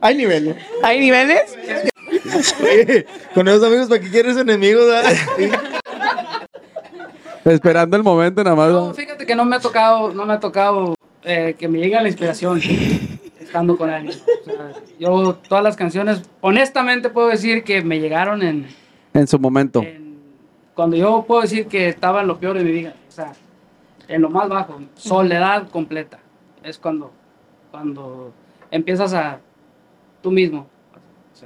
C: Hay niveles.
B: ¿Hay niveles?
H: Oye, Con esos amigos, ¿para qué quieres enemigos? ah?
E: Esperando el momento nada más.
D: No, fíjate que no me ha tocado, no me ha tocado eh, que me llegue la inspiración estando con alguien. O sea, yo todas las canciones, honestamente puedo decir que me llegaron en,
E: En su momento.
D: en- cuando yo puedo decir que estaba en lo peor de mi vida, o sea, en lo más bajo, soledad completa. Es cuando, cuando empiezas a tú mismo.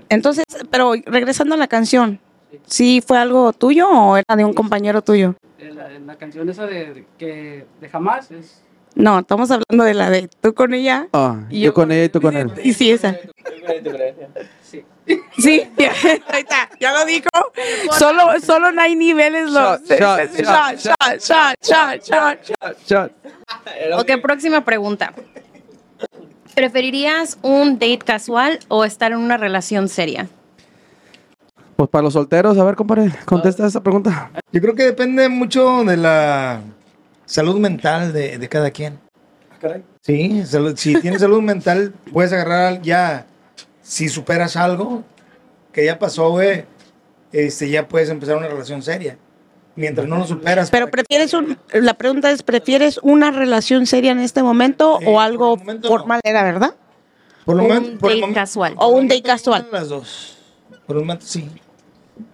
B: Entonces, pero regresando a la canción, ¿sí fue algo tuyo o era de un compañero tuyo?
D: En la, en la canción esa de, de que de jamás es
B: No, estamos hablando de la de tú con ella.
E: Ah,
D: Y
E: yo
D: yo
E: con
D: con-
E: ella y tú con él.
B: Y sí, esa.
G: Estoy con él, estoy con él.
D: sí.
B: Sí, ahí está, ya lo dijo. Solo, solo no hay niveles. Los...
E: Shot, shot, shot,
B: shot, shot, shot, shot, shot.
E: Chat.
A: Ok, próxima pregunta. ¿Preferirías un date casual o estar en una relación seria?
E: Pues para los solteros, a ver, compadre, contesta esa pregunta.
H: Yo creo que depende mucho de la salud mental de, de cada quien. Sí, salud- si tienes salud mental, puedes agarrar ya, si superas algo que ya pasó, güey, este, ya puedes empezar una relación seria. Mientras no lo superas.
B: Pero prefieres un, la pregunta es, ¿prefieres una relación seria en este momento
H: Sí,
B: o
H: por
B: algo
H: el momento no.
B: formal era, verdad?
H: por lo
A: Un
H: momento- por el
A: date
H: momento-
A: casual.
B: O un date casual.
H: Las dos. Por un momento, sí.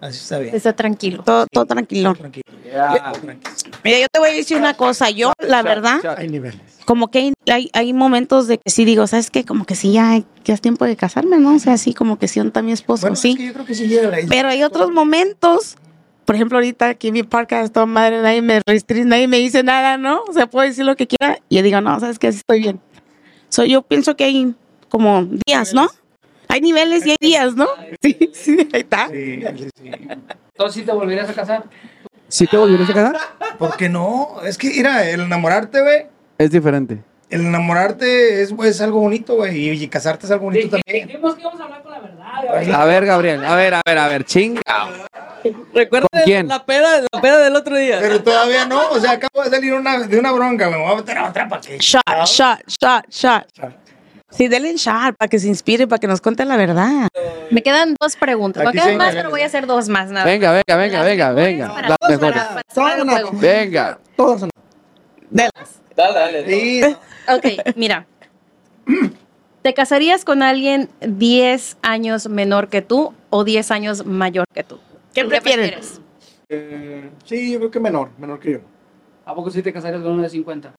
H: Así está bien.
A: Está tranquilo.
B: Todo, todo tranquilo.
H: Tranquilo. tranquilo.
B: Mira, yo te voy a decir una cosa. Yo, la verdad,
C: Hay niveles.
B: como que hay, hay, hay momentos de que sí digo, ¿sabes qué? Como que sí, ya, ya es tiempo de casarme, ¿no? O sea, sí, como que sí, también mi esposo,
H: Bueno,
B: sí.
H: es que yo creo que sí llega la
B: Pero hay otros momentos. Por ejemplo, ahorita aquí en mi podcast, toda madre, nadie me restringe, nadie me dice nada, ¿no? O sea, puedo decir lo que quiera. Y yo digo, no, ¿sabes qué? Así estoy bien. So, yo pienso que hay como días, ¿no? Hay niveles y hay días, ¿no? Sí, sí, ahí está.
H: Sí, sí, sí.
D: Entonces sí te volverías a casar.
E: ¿Sí te volvieras a casar?
H: ¿Por qué no? Es que, mira, el enamorarte, güey.
E: Es diferente.
H: El enamorarte es, güey, es algo bonito, güey. Y, y casarte es algo bonito
D: Dij-
H: también.
D: Dijimos que íbamos a hablar con la verdad.
J: A ver, Gabriel, a ver, a ver, a ver, chinga.
G: Recuerda
E: ¿Con quién?
G: la peda, la peda del otro día.
H: Pero todavía no. O sea, acabo de salir una, de una bronca, güey. Me voy a meter a otra para que.
B: Shot, shot, shot, shot. Sí, denle shot para que se inspire, para que nos cuente la verdad.
A: Me quedan dos preguntas. Me
H: Aquí
A: quedan
H: sí,
A: más,
H: venga,
A: pero
H: venga.
A: voy a hacer dos más. Nada.
E: Venga, venga, venga,
A: Las
E: venga,
A: mejores
E: venga.
A: para-
E: Las
A: para-
E: mejores.
A: para cerrar el juego.
E: Venga.
C: Todas son.
G: Dale, dale.
H: Sí,
A: Ok, mira. ¿Te casarías con alguien 10 años menor que tú o 10 años mayor que tú?
B: ¿Qué
A: ¿Tú
B: prefieres?
C: Eh, sí, yo creo que menor, menor que yo.
D: ¿A poco sí te casarías con una de 50?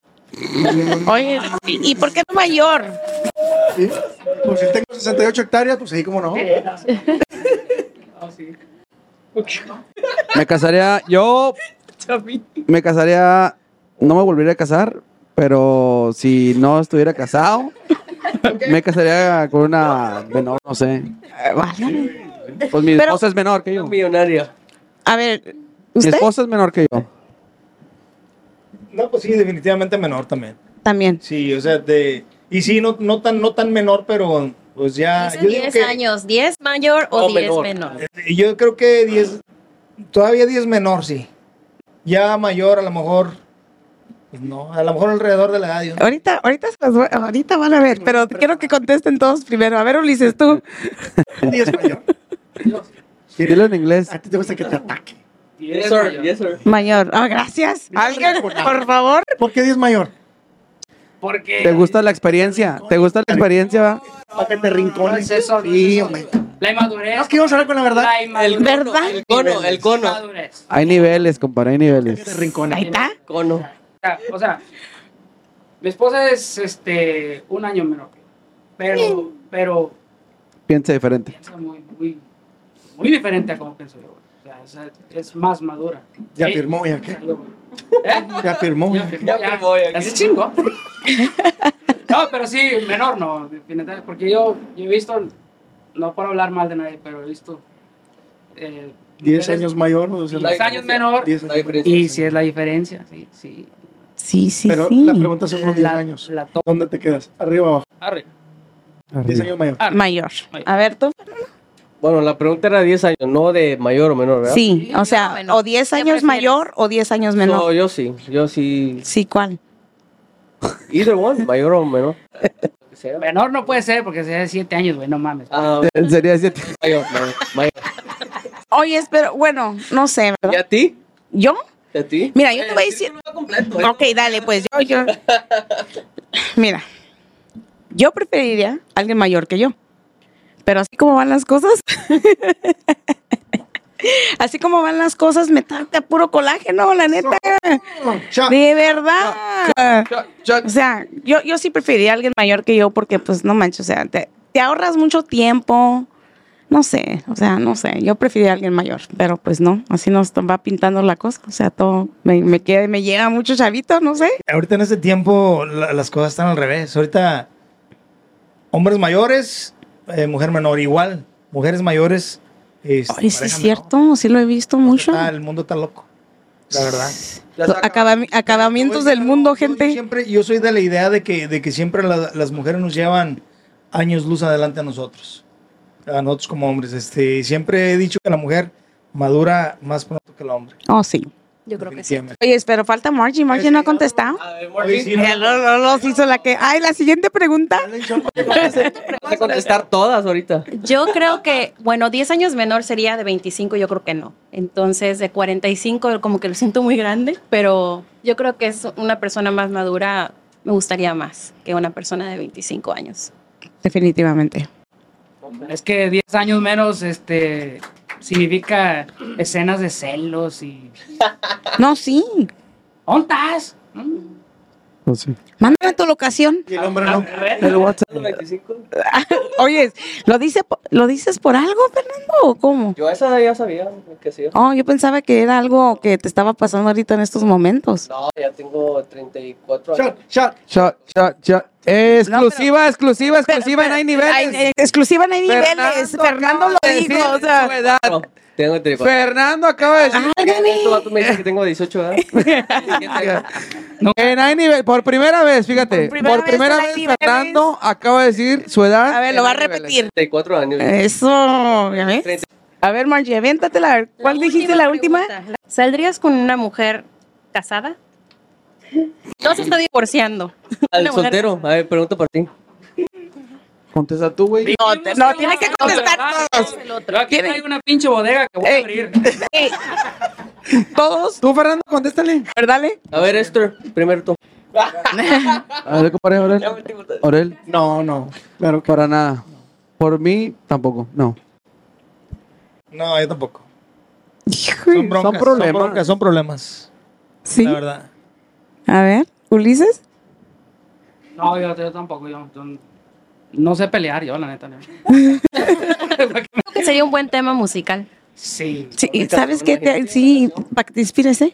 B: Oye, ¿y y por qué no mayor?
C: ¿Sí? Pues si tengo 68 hectáreas, pues sí, como no.
D: Ah, sí.
E: Me casaría, yo me casaría, no me volvería a casar, pero si no estuviera casado, me casaría con una menor, no sé.
B: Eh, válgame.
E: Pues mi
B: Pero-
E: esposa es menor que yo. Mi
G: Millonario.
B: A ver, ¿usted
E: esposa es menor que yo.
H: No, pues sí, definitivamente menor también.
B: también?
H: Sí, o sea, de. Y sí, no, no, tan, no tan menor, pero pues ya.
A: Dicen
H: yo digo
A: 10
H: que-
A: Ah, años, 10 mayor o,
G: O
A: 10 menor.
G: menor.
H: Eh, Yo creo que 10. Todavía 10 menor, sí. Ya mayor, a lo mejor. pues no, a lo mejor alrededor de la edad. yo-
B: Ahorita, ahorita, se las voy- ahorita van a ver, pero quiero que contesten todos primero. A ver, Ulises, tú.
C: Sí, es mayor.
E: Dilo en inglés.
C: A ti te gusta que te ataque.
G: Yes, sir. Yes, sir.
B: Mayor. Ah, gracias. Alguien, por favor.
C: ¿Por qué 10 mayor?
D: Porque
E: ¿Te gusta la experiencia? ¿Te gusta la experiencia? va?
C: Para que te rincones.
D: No es eso, no es
C: sí,
D: eso.
C: hombre.
D: la inmadurez.
C: Es que vamos a hablar con la verdad.
D: La inmadurez.
B: ¿Verdad?
G: El cono, el cono.
D: Inmadurez.
E: Hay niveles, compadre, hay
C: Que te
E: niveles.
B: Ahí
C: rincones.
B: está.
G: Cono.
D: O sea, mi esposa es este un año menor que yo. pero, pero
E: Piensa diferente.
D: piensa muy, muy, muy diferente a como pienso yo. güey. O sea, es, es más madura.
C: Ya
D: Eh,
C: firmó, ya qué.
D: ¿Eh?
C: Ya firmó.
D: Ya firmó, ya. Ya se chingó. No, pero sí, menor no, definitivamente, porque yo, yo he visto, no por hablar mal de nadie, pero he visto... eh,
C: 10
D: mujeres
C: años mayor. O sea,
D: 10 años menor,
C: 10 años.
D: y si es la diferencia, sí, sí.
B: Sí, sí,
C: Pero
B: sí.
C: la pregunta son los 10
D: La-
C: años.
D: La to-
C: ¿Dónde te quedas? ¿Arriba o abajo?
D: Arre.
C: 10 años mayor.
B: Mayor. A ver, tú.
G: Bueno, la pregunta era 10 años, no de mayor o menor, ¿verdad?
B: Sí, o sea,
A: menor.
B: o 10
A: ¿Qué
B: años
A: prefieres?
B: mayor o 10 años menor.
G: No, yo sí, yo sí.
B: Sí, ¿cuál?
G: Either one, mayor o menor. Lo que sea.
D: Menor no puede ser porque sea de 7 años, güey, no mames.
G: Ah,
E: Sería siete.
G: mayor, mayor, mayor.
B: Oye, pero bueno, no sé,
G: ¿Y
B: ¿verdad?
G: a ti?
B: ¿Yo?
G: ¿Y a ti?
B: Mira, yo te voy a decir.
G: completo, ¿eh?
B: Ok, dale, pues yo, yo. Mira, yo preferiría a alguien mayor que yo. Pero así como van las cosas. así como van las cosas, me tarda puro colágeno, la neta. De verdad. O sea, yo, yo sí preferiría a alguien mayor que yo porque, pues, no manches, o sea, te, te ahorras mucho tiempo. No sé, o sea, no sé. Yo preferiría a alguien mayor, pero pues no, así nos va pintando la cosa. O sea, todo me, me queda, me llega mucho chavito, no sé.
H: Ahorita en este tiempo la- las cosas están al revés. Ahorita hombres mayores, eh, mujer menor igual. Mujeres mayores. este,
B: Ay, sí es
H: pareja
B: cierto, sí lo he visto
H: menor.
B: mucho.
H: Está- el mundo está loco. La verdad.
G: Ya se acaba.
B: Acabami- acabamientos del mundo,
H: Yo
B: gente.
H: siempre, yo soy de la idea de que, de que siempre la- las mujeres nos llevan años luz adelante a nosotros, a nosotros como hombres. Este, siempre he dicho que la mujer madura más pronto que el hombre.
B: Oh, sí.
A: Yo creo que sí.
H: Definitivamente.
B: Oye, pero falta Margie. Margie no ha contestado.
G: A ver,
H: Oye,
G: Morty,
H: sí, no,
B: Ya lo- lo- los hizo la que. Ay, la siguiente pregunta.
G: Vas a contestar todas ahorita.
A: Yo creo que, bueno, 10 años menor sería de 25, yo creo que no. Entonces, de 45, como que lo siento muy grande, pero yo creo que es una persona más madura, me gustaría más que una persona de 25 años.
B: Definitivamente.
D: Es que 10 años menos, este, significa escenas de celos y...
B: No, sí.
D: ¿Dónde estás? Mm.
E: Pues sí.
B: Mándame tu locación.
C: Y el hombre
D: A
C: no.
D: ver.
E: El WhatsApp.
G: 25.
B: Oye, ¿lo, dice, po- ¿lo dices por algo, Fernando, o cómo?
G: Yo a esa edad ya sabía que sí.
B: Oh, yo pensaba que era algo que te estaba pasando ahorita en estos momentos.
G: No, ya tengo 34 años.
C: Ah, Shot, shot.
E: Shot, shot, shot. Exclusiva, exclusiva, exclusiva.
B: Pero-
E: no hay
B: Ay,
E: niveles.
B: eh, exclusiva no hay
E: Fernando
B: niveles. Fernando lo
E: acaba de
B: dijo.
E: decir
B: O sea,
E: su edad.
G: No, tengo 34.
E: Fernando acaba de decir
G: Este vato me dice que tengo 18 años.
E: que no hay nivel. Por primera vez, fíjate. Por primera,
B: primera vez no hay
E: vez,
B: niveles.
E: Fernando acaba de decir su edad.
B: a ver, lo
E: en
B: va a
E: niveles.
B: repetir.
G: 34 años.
B: Eso, ¿ya ves?
G: Treinta.
B: A ver, Margie, aviéntatela. a ver, ¿Cuál
A: La
B: dijiste la última?
A: pregunta. ¿Saldrías con una mujer casada? No se está divorciando.
G: Al
A: Una mujer
G: soltero. A ver, pregunta por ti.
E: Contesta tú, güey.
B: No, te- no, tiene que contestar todos.
A: El otro.
D: Pero aquí hay una pinche bodega que voy a
B: Ey.
D: abrir.
B: Todos,
E: Tú, Fernando, contéstale.
B: a ver, dale.
G: A ver, Esther, primero tú.
E: A ver, compadre, Orel. Orel,
C: No, no.
E: claro para nada. Por mí, tampoco, no.
H: No, yo tampoco.
B: Hijo,
H: Son, broncas,
E: Son
H: son
E: problemas.
H: broncas, son problemas.
B: Sí,
H: La verdad.
B: a ver, Ulises.
D: No, yo, yo tampoco, yo, yo no sé pelear, yo, la neta. no.
A: Creo que sería un buen tema musical.
D: Sí.
B: Sí, ¿y ¿sabes qué? Te- sí, para que te inspires, ¿eh?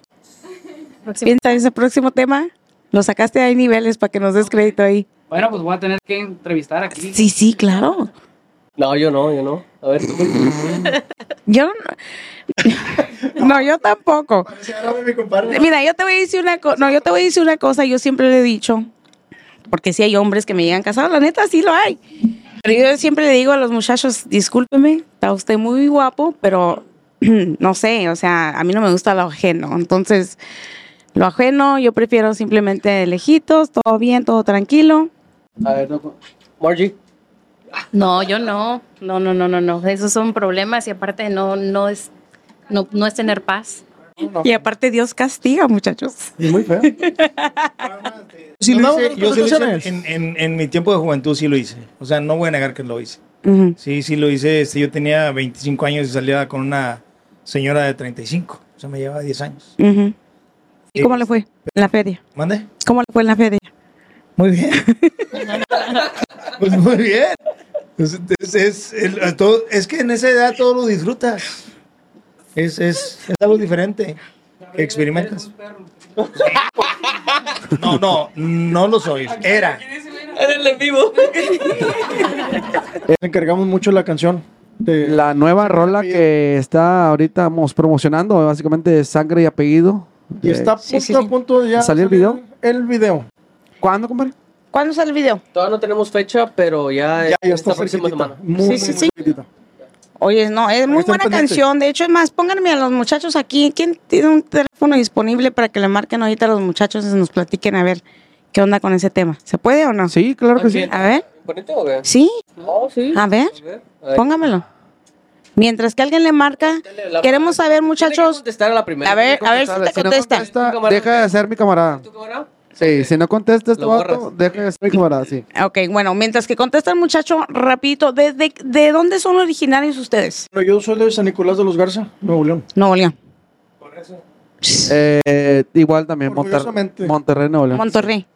A: Próximo.
B: Piensa en ese próximo tema. Lo sacaste ahí niveles para que nos des crédito ahí.
D: Bueno, pues voy a tener que entrevistar aquí.
B: Sí, sí, claro.
G: No, yo no, yo no. A ver, tú.
B: Yo no, no, yo tampoco.
C: Parece árabe, mi compadre.
B: Mira, yo te voy a decir una cosa. No, yo te voy a decir una cosa. Yo siempre le he dicho, porque sí hay hombres que me llegan casados, la neta sí lo hay. Pero yo siempre le digo a los muchachos, discúlpeme, está usted muy guapo, pero no sé, o sea, a mí no me gusta lo ajeno. Entonces, lo ajeno, yo prefiero simplemente de lejitos, todo bien, todo tranquilo.
G: A ver, no. Margie.
A: No, yo no. No, no, no, no, no. Esos son problemas y aparte no, no es, no, no es tener paz.
B: Y aparte Dios castiga, muchachos.
C: Y muy feo.
H: Sí lo
C: No,
H: hice,
C: no,
H: yo sí lo
C: protecciones.
H: hice en, en- en mi tiempo de juventud sí lo hice. O sea, no voy a negar que lo hice.
B: Ujú.
H: Sí, sí lo hice. Este, yo tenía 25 años y salía con una señora de 35. O sea, me llevaba 10 años.
B: Ujú. ¿Y
H: Sí.
B: cómo le fue en la feria?
H: ¿Mande?
B: ¿Cómo le fue en la feria?
H: Muy bien. pues muy bien. Es, es, es, el- todo- es que en esa edad todo lo disfrutas. Es, es, es algo diferente. Experimentas. No, no, no lo soy. Era.
G: Era el en vivo.
C: Eh,
E: Le encargamos mucho la canción. la nueva rola que está ahorita estamos promocionando, básicamente es Sangre y Apellido.
C: Y
E: Eh,
C: está a punto, a punto de ya
E: ¿Salió el
C: salir
E: video?
C: El video.
E: ¿Cuándo, compadre?
B: ¿Cuándo sale el video?
G: Todavía no tenemos fecha, pero ya,
B: ya
G: esta
B: está
G: próxima
B: cerquitita.
G: semana.
B: Sí, sí, sí. Oye, no, es muy
G: Estén
B: buena
G: pendientes.
B: canción. De hecho, es más, pónganme a los muchachos aquí. ¿Quién tiene un teléfono disponible para que le marquen ahorita a los muchachos y nos platiquen a ver qué onda con ese tema? ¿Se puede o no?
E: Ah, Sí, claro
G: que sí.
B: A ver.
G: ¿Ponete o qué?
B: Sí.
G: Oh, sí.
B: A ver.
G: A ver.
B: Póngamelo. Mientras que alguien le marca,
G: la-
B: queremos saber, muchachos.
G: Contestar a la primera.
B: A ver, a ver si te
E: Ah, Si no
B: contesta.
E: contesta, deja de ser mi camarada. Sí, si no contesta este vato, deja de ser mi camarada, sí.
B: Ok, bueno, mientras que contesta el muchacho, rapidito, ¿de, de, de dónde son originarios ustedes?
C: Bueno, yo soy de San Nicolás de los Garza, Nuevo León.
B: Nuevo León.
E: Eh, igual también, Monter-
C: Orgullosamente.
E: Monterrey, Nuevo León.
B: Monterrey.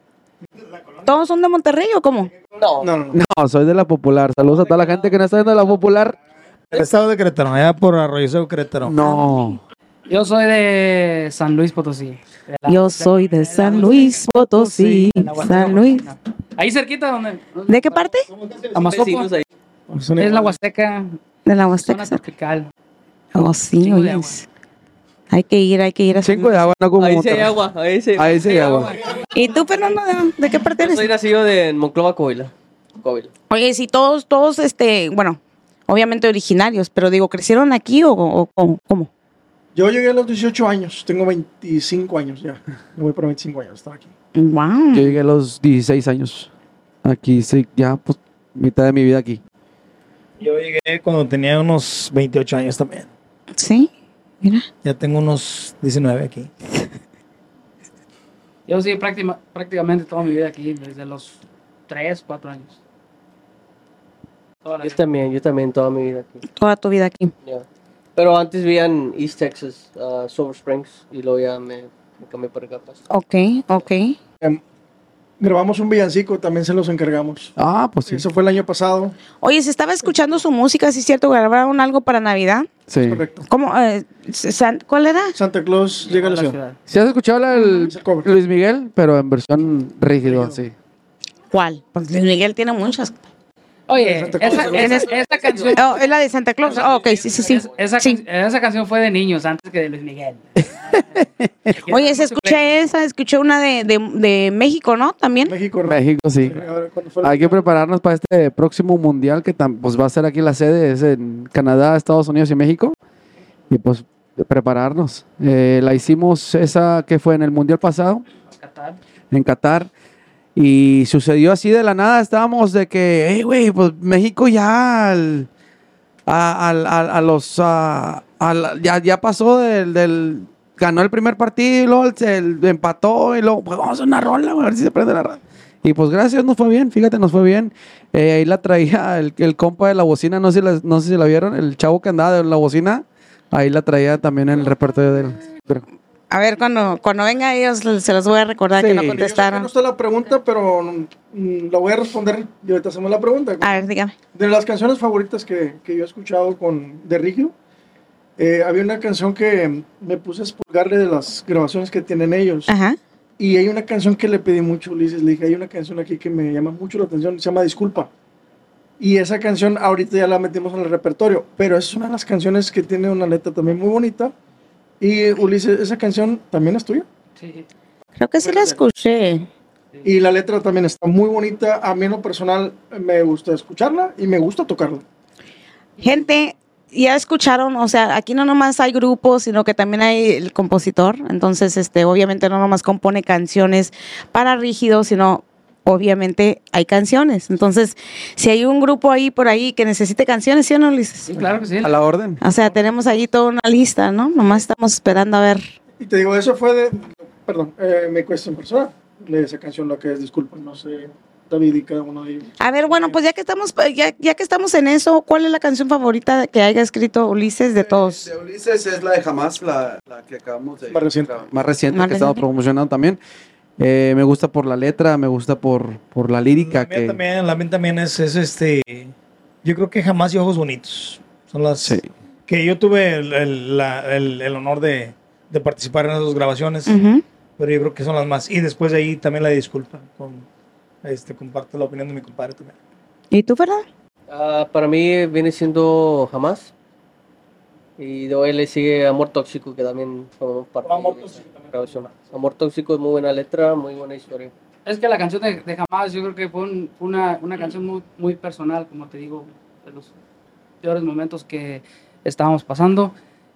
B: ¿Todos son de Monterrey o cómo?
G: No.
C: No, no,
E: No, soy de la popular. Saludos a toda la gente que no está viendo la popular.
H: El estado de Querétaro, allá por Arroyo Seco, Querétaro.
E: No.
D: Yo soy de San Luis Potosí. de la-
B: Yo soy de San Luis Potosí. San Luis.
D: Ahí cerquita donde...
B: ¿De qué parte?
D: Amazopo.
G: Vecinos ahí.
D: Es la Huasteca,
B: De la Huasteca.
D: zona tropical.
B: Oh, sí, oye. Hay que ir, hay que ir a San
E: Cinco de agua, no como
G: Ahí sí hay
E: Monterrey.
G: agua. Ahí
B: Ah,
G: sí,
E: Ahí sí hay agua.
B: ¿Y tú, Fernando, de, de qué parte
G: Yo
B: eres?
G: soy nacido de Monclova, Coahuila. Coahuila.
B: Oye, si todos, todos, este, bueno, obviamente originarios, pero digo, ¿crecieron aquí o, o- o cómo?
C: Yo llegué a los 18 años, tengo 25 años ya. Me voy para 25 años, estaba aquí.
B: Wow.
E: Yo llegué a los 16 años. Aquí, sí, ya, pues, mitad de mi vida aquí.
H: Yo llegué cuando tenía unos 28 años también.
B: Sí, mira.
H: Ya tengo unos 19 aquí.
D: Yo sí, práctima- prácticamente toda mi vida aquí, desde los 3, 4 años.
G: Yo también, yo también, toda mi vida aquí.
B: Toda tu vida aquí.
G: Ya. Pero antes vivía en East Texas, ah, Silver Springs, y luego ya me, me cambié para acá. pues.
B: Ok, ok.
C: Em, Grabamos un villancico, también se los encargamos.
E: Ah, pues sí.
C: Eso fue el año pasado.
B: Oye, se estaba escuchando su música, ¿sí es cierto? ¿Grabaron algo para Navidad?
E: Sí.
C: Correcto.
B: ¿Cómo? eh, San- ¿Cuál era?
C: Santa Claus llega a la ciudad.
E: ¿Sí has escuchado la del Luis Miguel? Pero en versión rígido, sí.
B: ¿Cuál? Pues Luis Miguel tiene muchas.
D: Oye, esa, esa- esa canción...
B: Oh, es la de Santa Claus. Oh, ok, sí, sí, sí.
D: Esa, can- esa canción fue de niños antes que de Luis Miguel.
B: Oye, se escuché esa, escuché una de, de, de México, ¿no? También.
C: México,
E: México, sí. Hay que prepararnos para este próximo mundial que tam- pues va a ser aquí la sede, es en Canadá, Estados Unidos y México. Y pues prepararnos. Eh, la hicimos esa que fue en el mundial pasado. en Qatar. Y sucedió así de la nada. Estábamos de que, hey, güey, pues México ya al- a, al- al- a los. a- al- ya, ya pasó del, del- Ganó el primer partido y luego el- el- empató y luego, pues vamos a una rola, güey, a ver si se prende la rola. Y pues gracias, nos fue bien, fíjate, nos fue bien. Eh, ahí la traía el, el compa de la bocina, no sé, si la, no sé si la vieron, el chavo que andaba de la bocina, ahí la traía también en el repertorio de él. Pero-
B: A ver, cuando, cuando venga ellos se los voy a recordar que no
C: No
B: contestaron.
C: está la pregunta, pero mm, la voy a responder y ahorita hacemos la pregunta.
B: A ver, dígame.
C: De las canciones favoritas que, que yo he escuchado con, de Rigio, eh, había una canción que me puse a expulgarle de las grabaciones que tienen ellos.
B: Ajá.
C: Y hay una canción que le pedí mucho a Ulises. Le dije, hay una canción aquí que me llama mucho la atención, se llama Disculpa. Y esa canción ahorita ya la metimos en el repertorio, pero es una de las canciones que tiene una letra también muy bonita. Y Ulises, ¿esa canción también es tuya?
B: Creo que sí la escuché.
C: Y la letra también está muy bonita. A mí en lo personal me gusta escucharla y me gusta tocarla.
B: Gente, ya escucharon, o sea, aquí no nomás hay grupos, sino que también hay el compositor. Entonces, este, obviamente no nomás compone canciones para rígidos, sino obviamente hay canciones. Entonces, si hay un grupo ahí por ahí que necesite canciones, ¿sí o no, Ulises?
D: Sí, claro que sí.
E: A la orden.
B: O sea, tenemos allí toda una lista, ¿no? Nomás estamos esperando a ver.
C: Y te digo, eso fue de, perdón, eh, me cuesta en persona. Esa canción la que es, disculpa, no sé, David y cada uno de ellos.
B: A ver, bueno, pues ya que estamos, ya, ya que estamos en eso, ¿cuál es la canción favorita que haya escrito Ulises de todos?
K: De Ulises es la de jamás, la, la que acabamos de.
C: Más reciente.
E: más reciente
B: Más
E: que estaba
B: reciente.
E: promocionando también. Eh, me gusta por la letra, me gusta por, por la lírica.
H: La mía
E: que,
H: también, la mía también es, es, este. Yo creo que jamás y ojos bonitos. Son las que yo tuve el, el- la- el- el honor de, de participar en esas dos grabaciones.
B: Ujú.
H: Pero yo creo que son las más. Y después de ahí también la disculpa. Con, este, comparto la opinión de mi compadre también.
B: ¿Y tú, verdad?
G: Ah, para mí viene siendo jamás. Y de hoy le sigue Amor Tóxico, que también formó parte Amor de esa grabación. Amor Tóxico es muy buena letra, muy buena historia.
D: Es que la canción de, de Jamás, yo creo que fue un- fue una, una canción muy, muy personal, como te digo, de los peores momentos que estábamos pasando.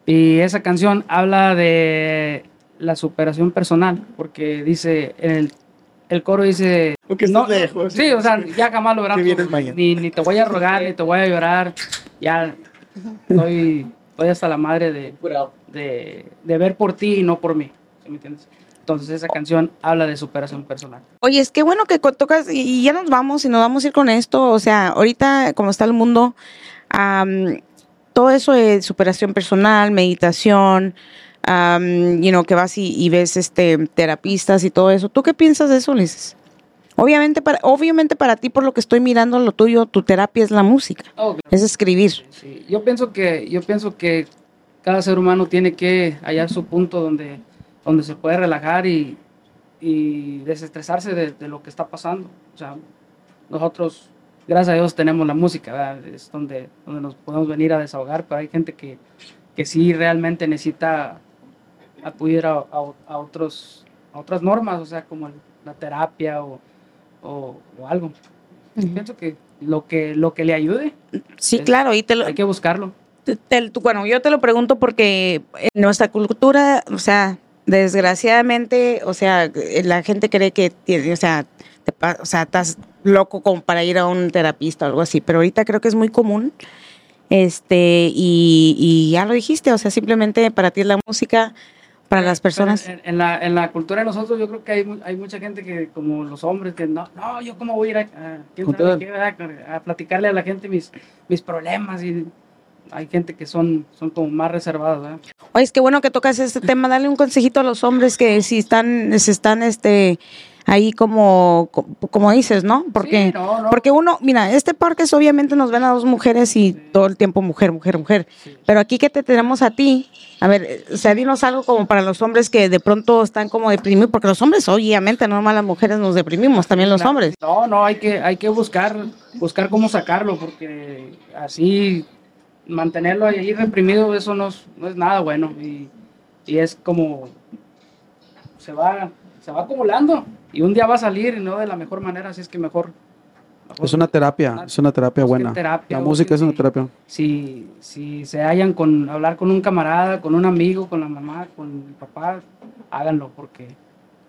D: Y esa canción habla de la superación personal, porque dice, en el, el coro dice... no, lejos. Sí, o sea, ya jamás logramos. Ni, ni te voy a rogar, ni te voy a llorar. Ya estoy, estoy hasta la madre de, de, de ver por ti y no por mí. ¿sí me entiendes? Entonces esa canción habla de superación personal.
B: Oye, es que bueno que co- tocas y- y ya nos vamos y nos vamos a ir con esto. O sea, ahorita como está el mundo, am, todo eso de superación personal, meditación, am, you know, que vas y, y ves este terapistas y todo eso. ¿Tú qué piensas de eso, Ulises? Obviamente para, obviamente para ti, por lo que estoy mirando lo tuyo, tu terapia es la música,
D: Oh,
B: es escribir.
D: Sí, Yo pienso que, yo pienso que cada ser humano tiene que hallar su punto donde, donde se puede relajar y, y desestresarse de, de lo que está pasando. O sea, nosotros, gracias a Dios, tenemos la música, ¿verdad? es donde, donde nos podemos venir a desahogar, pero hay gente que, que sí realmente necesita acudir a, a- a otros, a otras normas, o sea, como la terapia o, o- o algo. Pienso que lo, que lo que le ayude.
B: Sí,
D: es-
B: claro, y te lo-
D: Hay que buscarlo.
B: Te- te- tú- bueno, yo te lo pregunto porque en nuestra cultura, o sea, desgraciadamente, o sea, la gente cree que tiene, o sea, te pa- o sea, estás loco como para ir a un terapista o algo así, pero ahorita creo que es muy común. Este, y, y ya lo dijiste, o sea, simplemente para ti es la música, para las personas.
D: En, en la, en la cultura de nosotros, yo creo que hay, mu- hay mucha gente que, como los hombres, que no, no yo cómo voy a ir a, a- quién sabe
E: Contar.
D: qué, ¿verdad? a platicarle a la gente mis, mis problemas. y Hay gente que son, son como más reservadas. ¿verdad?
B: Oye, es que bueno que tocas este tema, dale un consejito a los hombres que si están, si están este ahí como, co- como dices, ¿no? Porque,
D: no, no.
B: porque uno, mira, este parque es obviamente nos ven a dos mujeres y todo el tiempo mujer, mujer, mujer. Pero aquí que te tenemos a ti, a ver, eh, o sea, dinos algo como para los hombres que de pronto están como deprimidos, porque los hombres obviamente, no más las mujeres nos deprimimos, también los
D: Claro,
B: hombres.
D: No, no, hay que, hay que buscar, buscar cómo sacarlo, porque así mantenerlo ahí reprimido, eso no es, no es nada bueno. Y, y es como se va, se va acumulando y un día va a salir y no de la mejor manera, así es que mejor
E: Es una terapia, es una terapia buena.
D: terapia,
E: la música es una terapia.
D: si, si se hallan con hablar con un camarada, con un amigo, con la mamá, con el papá, háganlo porque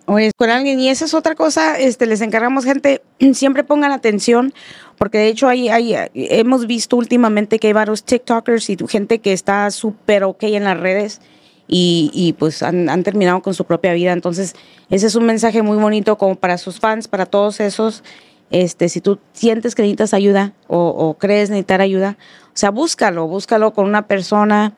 B: Oye, con alguien, y esa es otra cosa, este, les encargamos gente, siempre pongan atención, porque de hecho hay, hay, eh, hemos visto últimamente que hay varios TikTokers y gente que está súper ok en las redes y, y, pues han, han terminado con su propia vida. Entonces, ese es un mensaje muy bonito como para sus fans, para todos esos. Este, si tú sientes que necesitas ayuda o, o crees necesitar ayuda, o sea, búscalo, búscalo con una persona.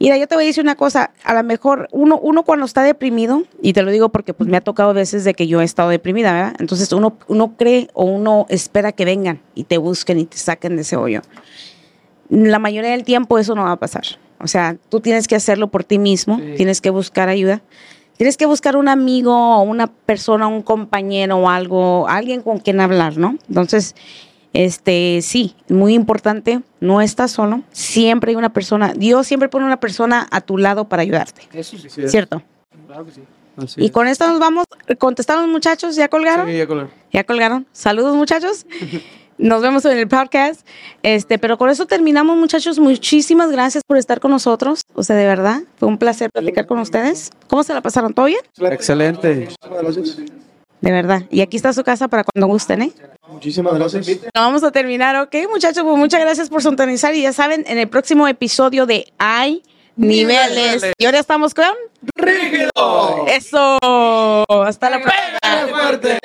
B: Mira, yo te voy a decir una cosa, a lo mejor uno, uno cuando está deprimido, y te lo digo porque pues me ha tocado veces de que yo he estado deprimida, ¿verdad? Entonces uno, uno cree o uno espera que vengan y te busquen y te saquen de ese hoyo. La mayoría del tiempo eso no va a pasar. O sea, tú tienes que hacerlo por ti mismo, tienes que buscar ayuda. Tienes que buscar un amigo o una persona, un compañero o algo, alguien con quien hablar, ¿no? Entonces, este, sí, muy importante, no estás solo, siempre hay una persona, Dios siempre pone una persona a tu lado para ayudarte,
D: eso sí.
B: ¿cierto?
D: Claro que sí.
E: Así
B: Y con esto nos vamos, contestaron muchachos, ¿ya colgaron?
E: Sí, ya colgar.
B: Ya colgaron. Saludos, muchachos. Nos vemos en el podcast. Este, pero con eso terminamos, muchachos. Muchísimas gracias por estar con nosotros. O sea, de verdad, fue un placer platicar con ustedes. ¿Cómo se la pasaron? ¿Todo bien?
E: Excelente.
B: De verdad. Y aquí está su casa para cuando gusten, ¿eh?
L: Muchísimas gracias.
B: No, vamos a terminar, ¿ok? Muchachos, pues muchas gracias por sintonizar y ya saben, en el próximo episodio de Hay Niveles.
C: Niveles.
B: Y ahora estamos con...
C: ¡Rígido!
B: Eso. Hasta la próxima.
C: fuerte!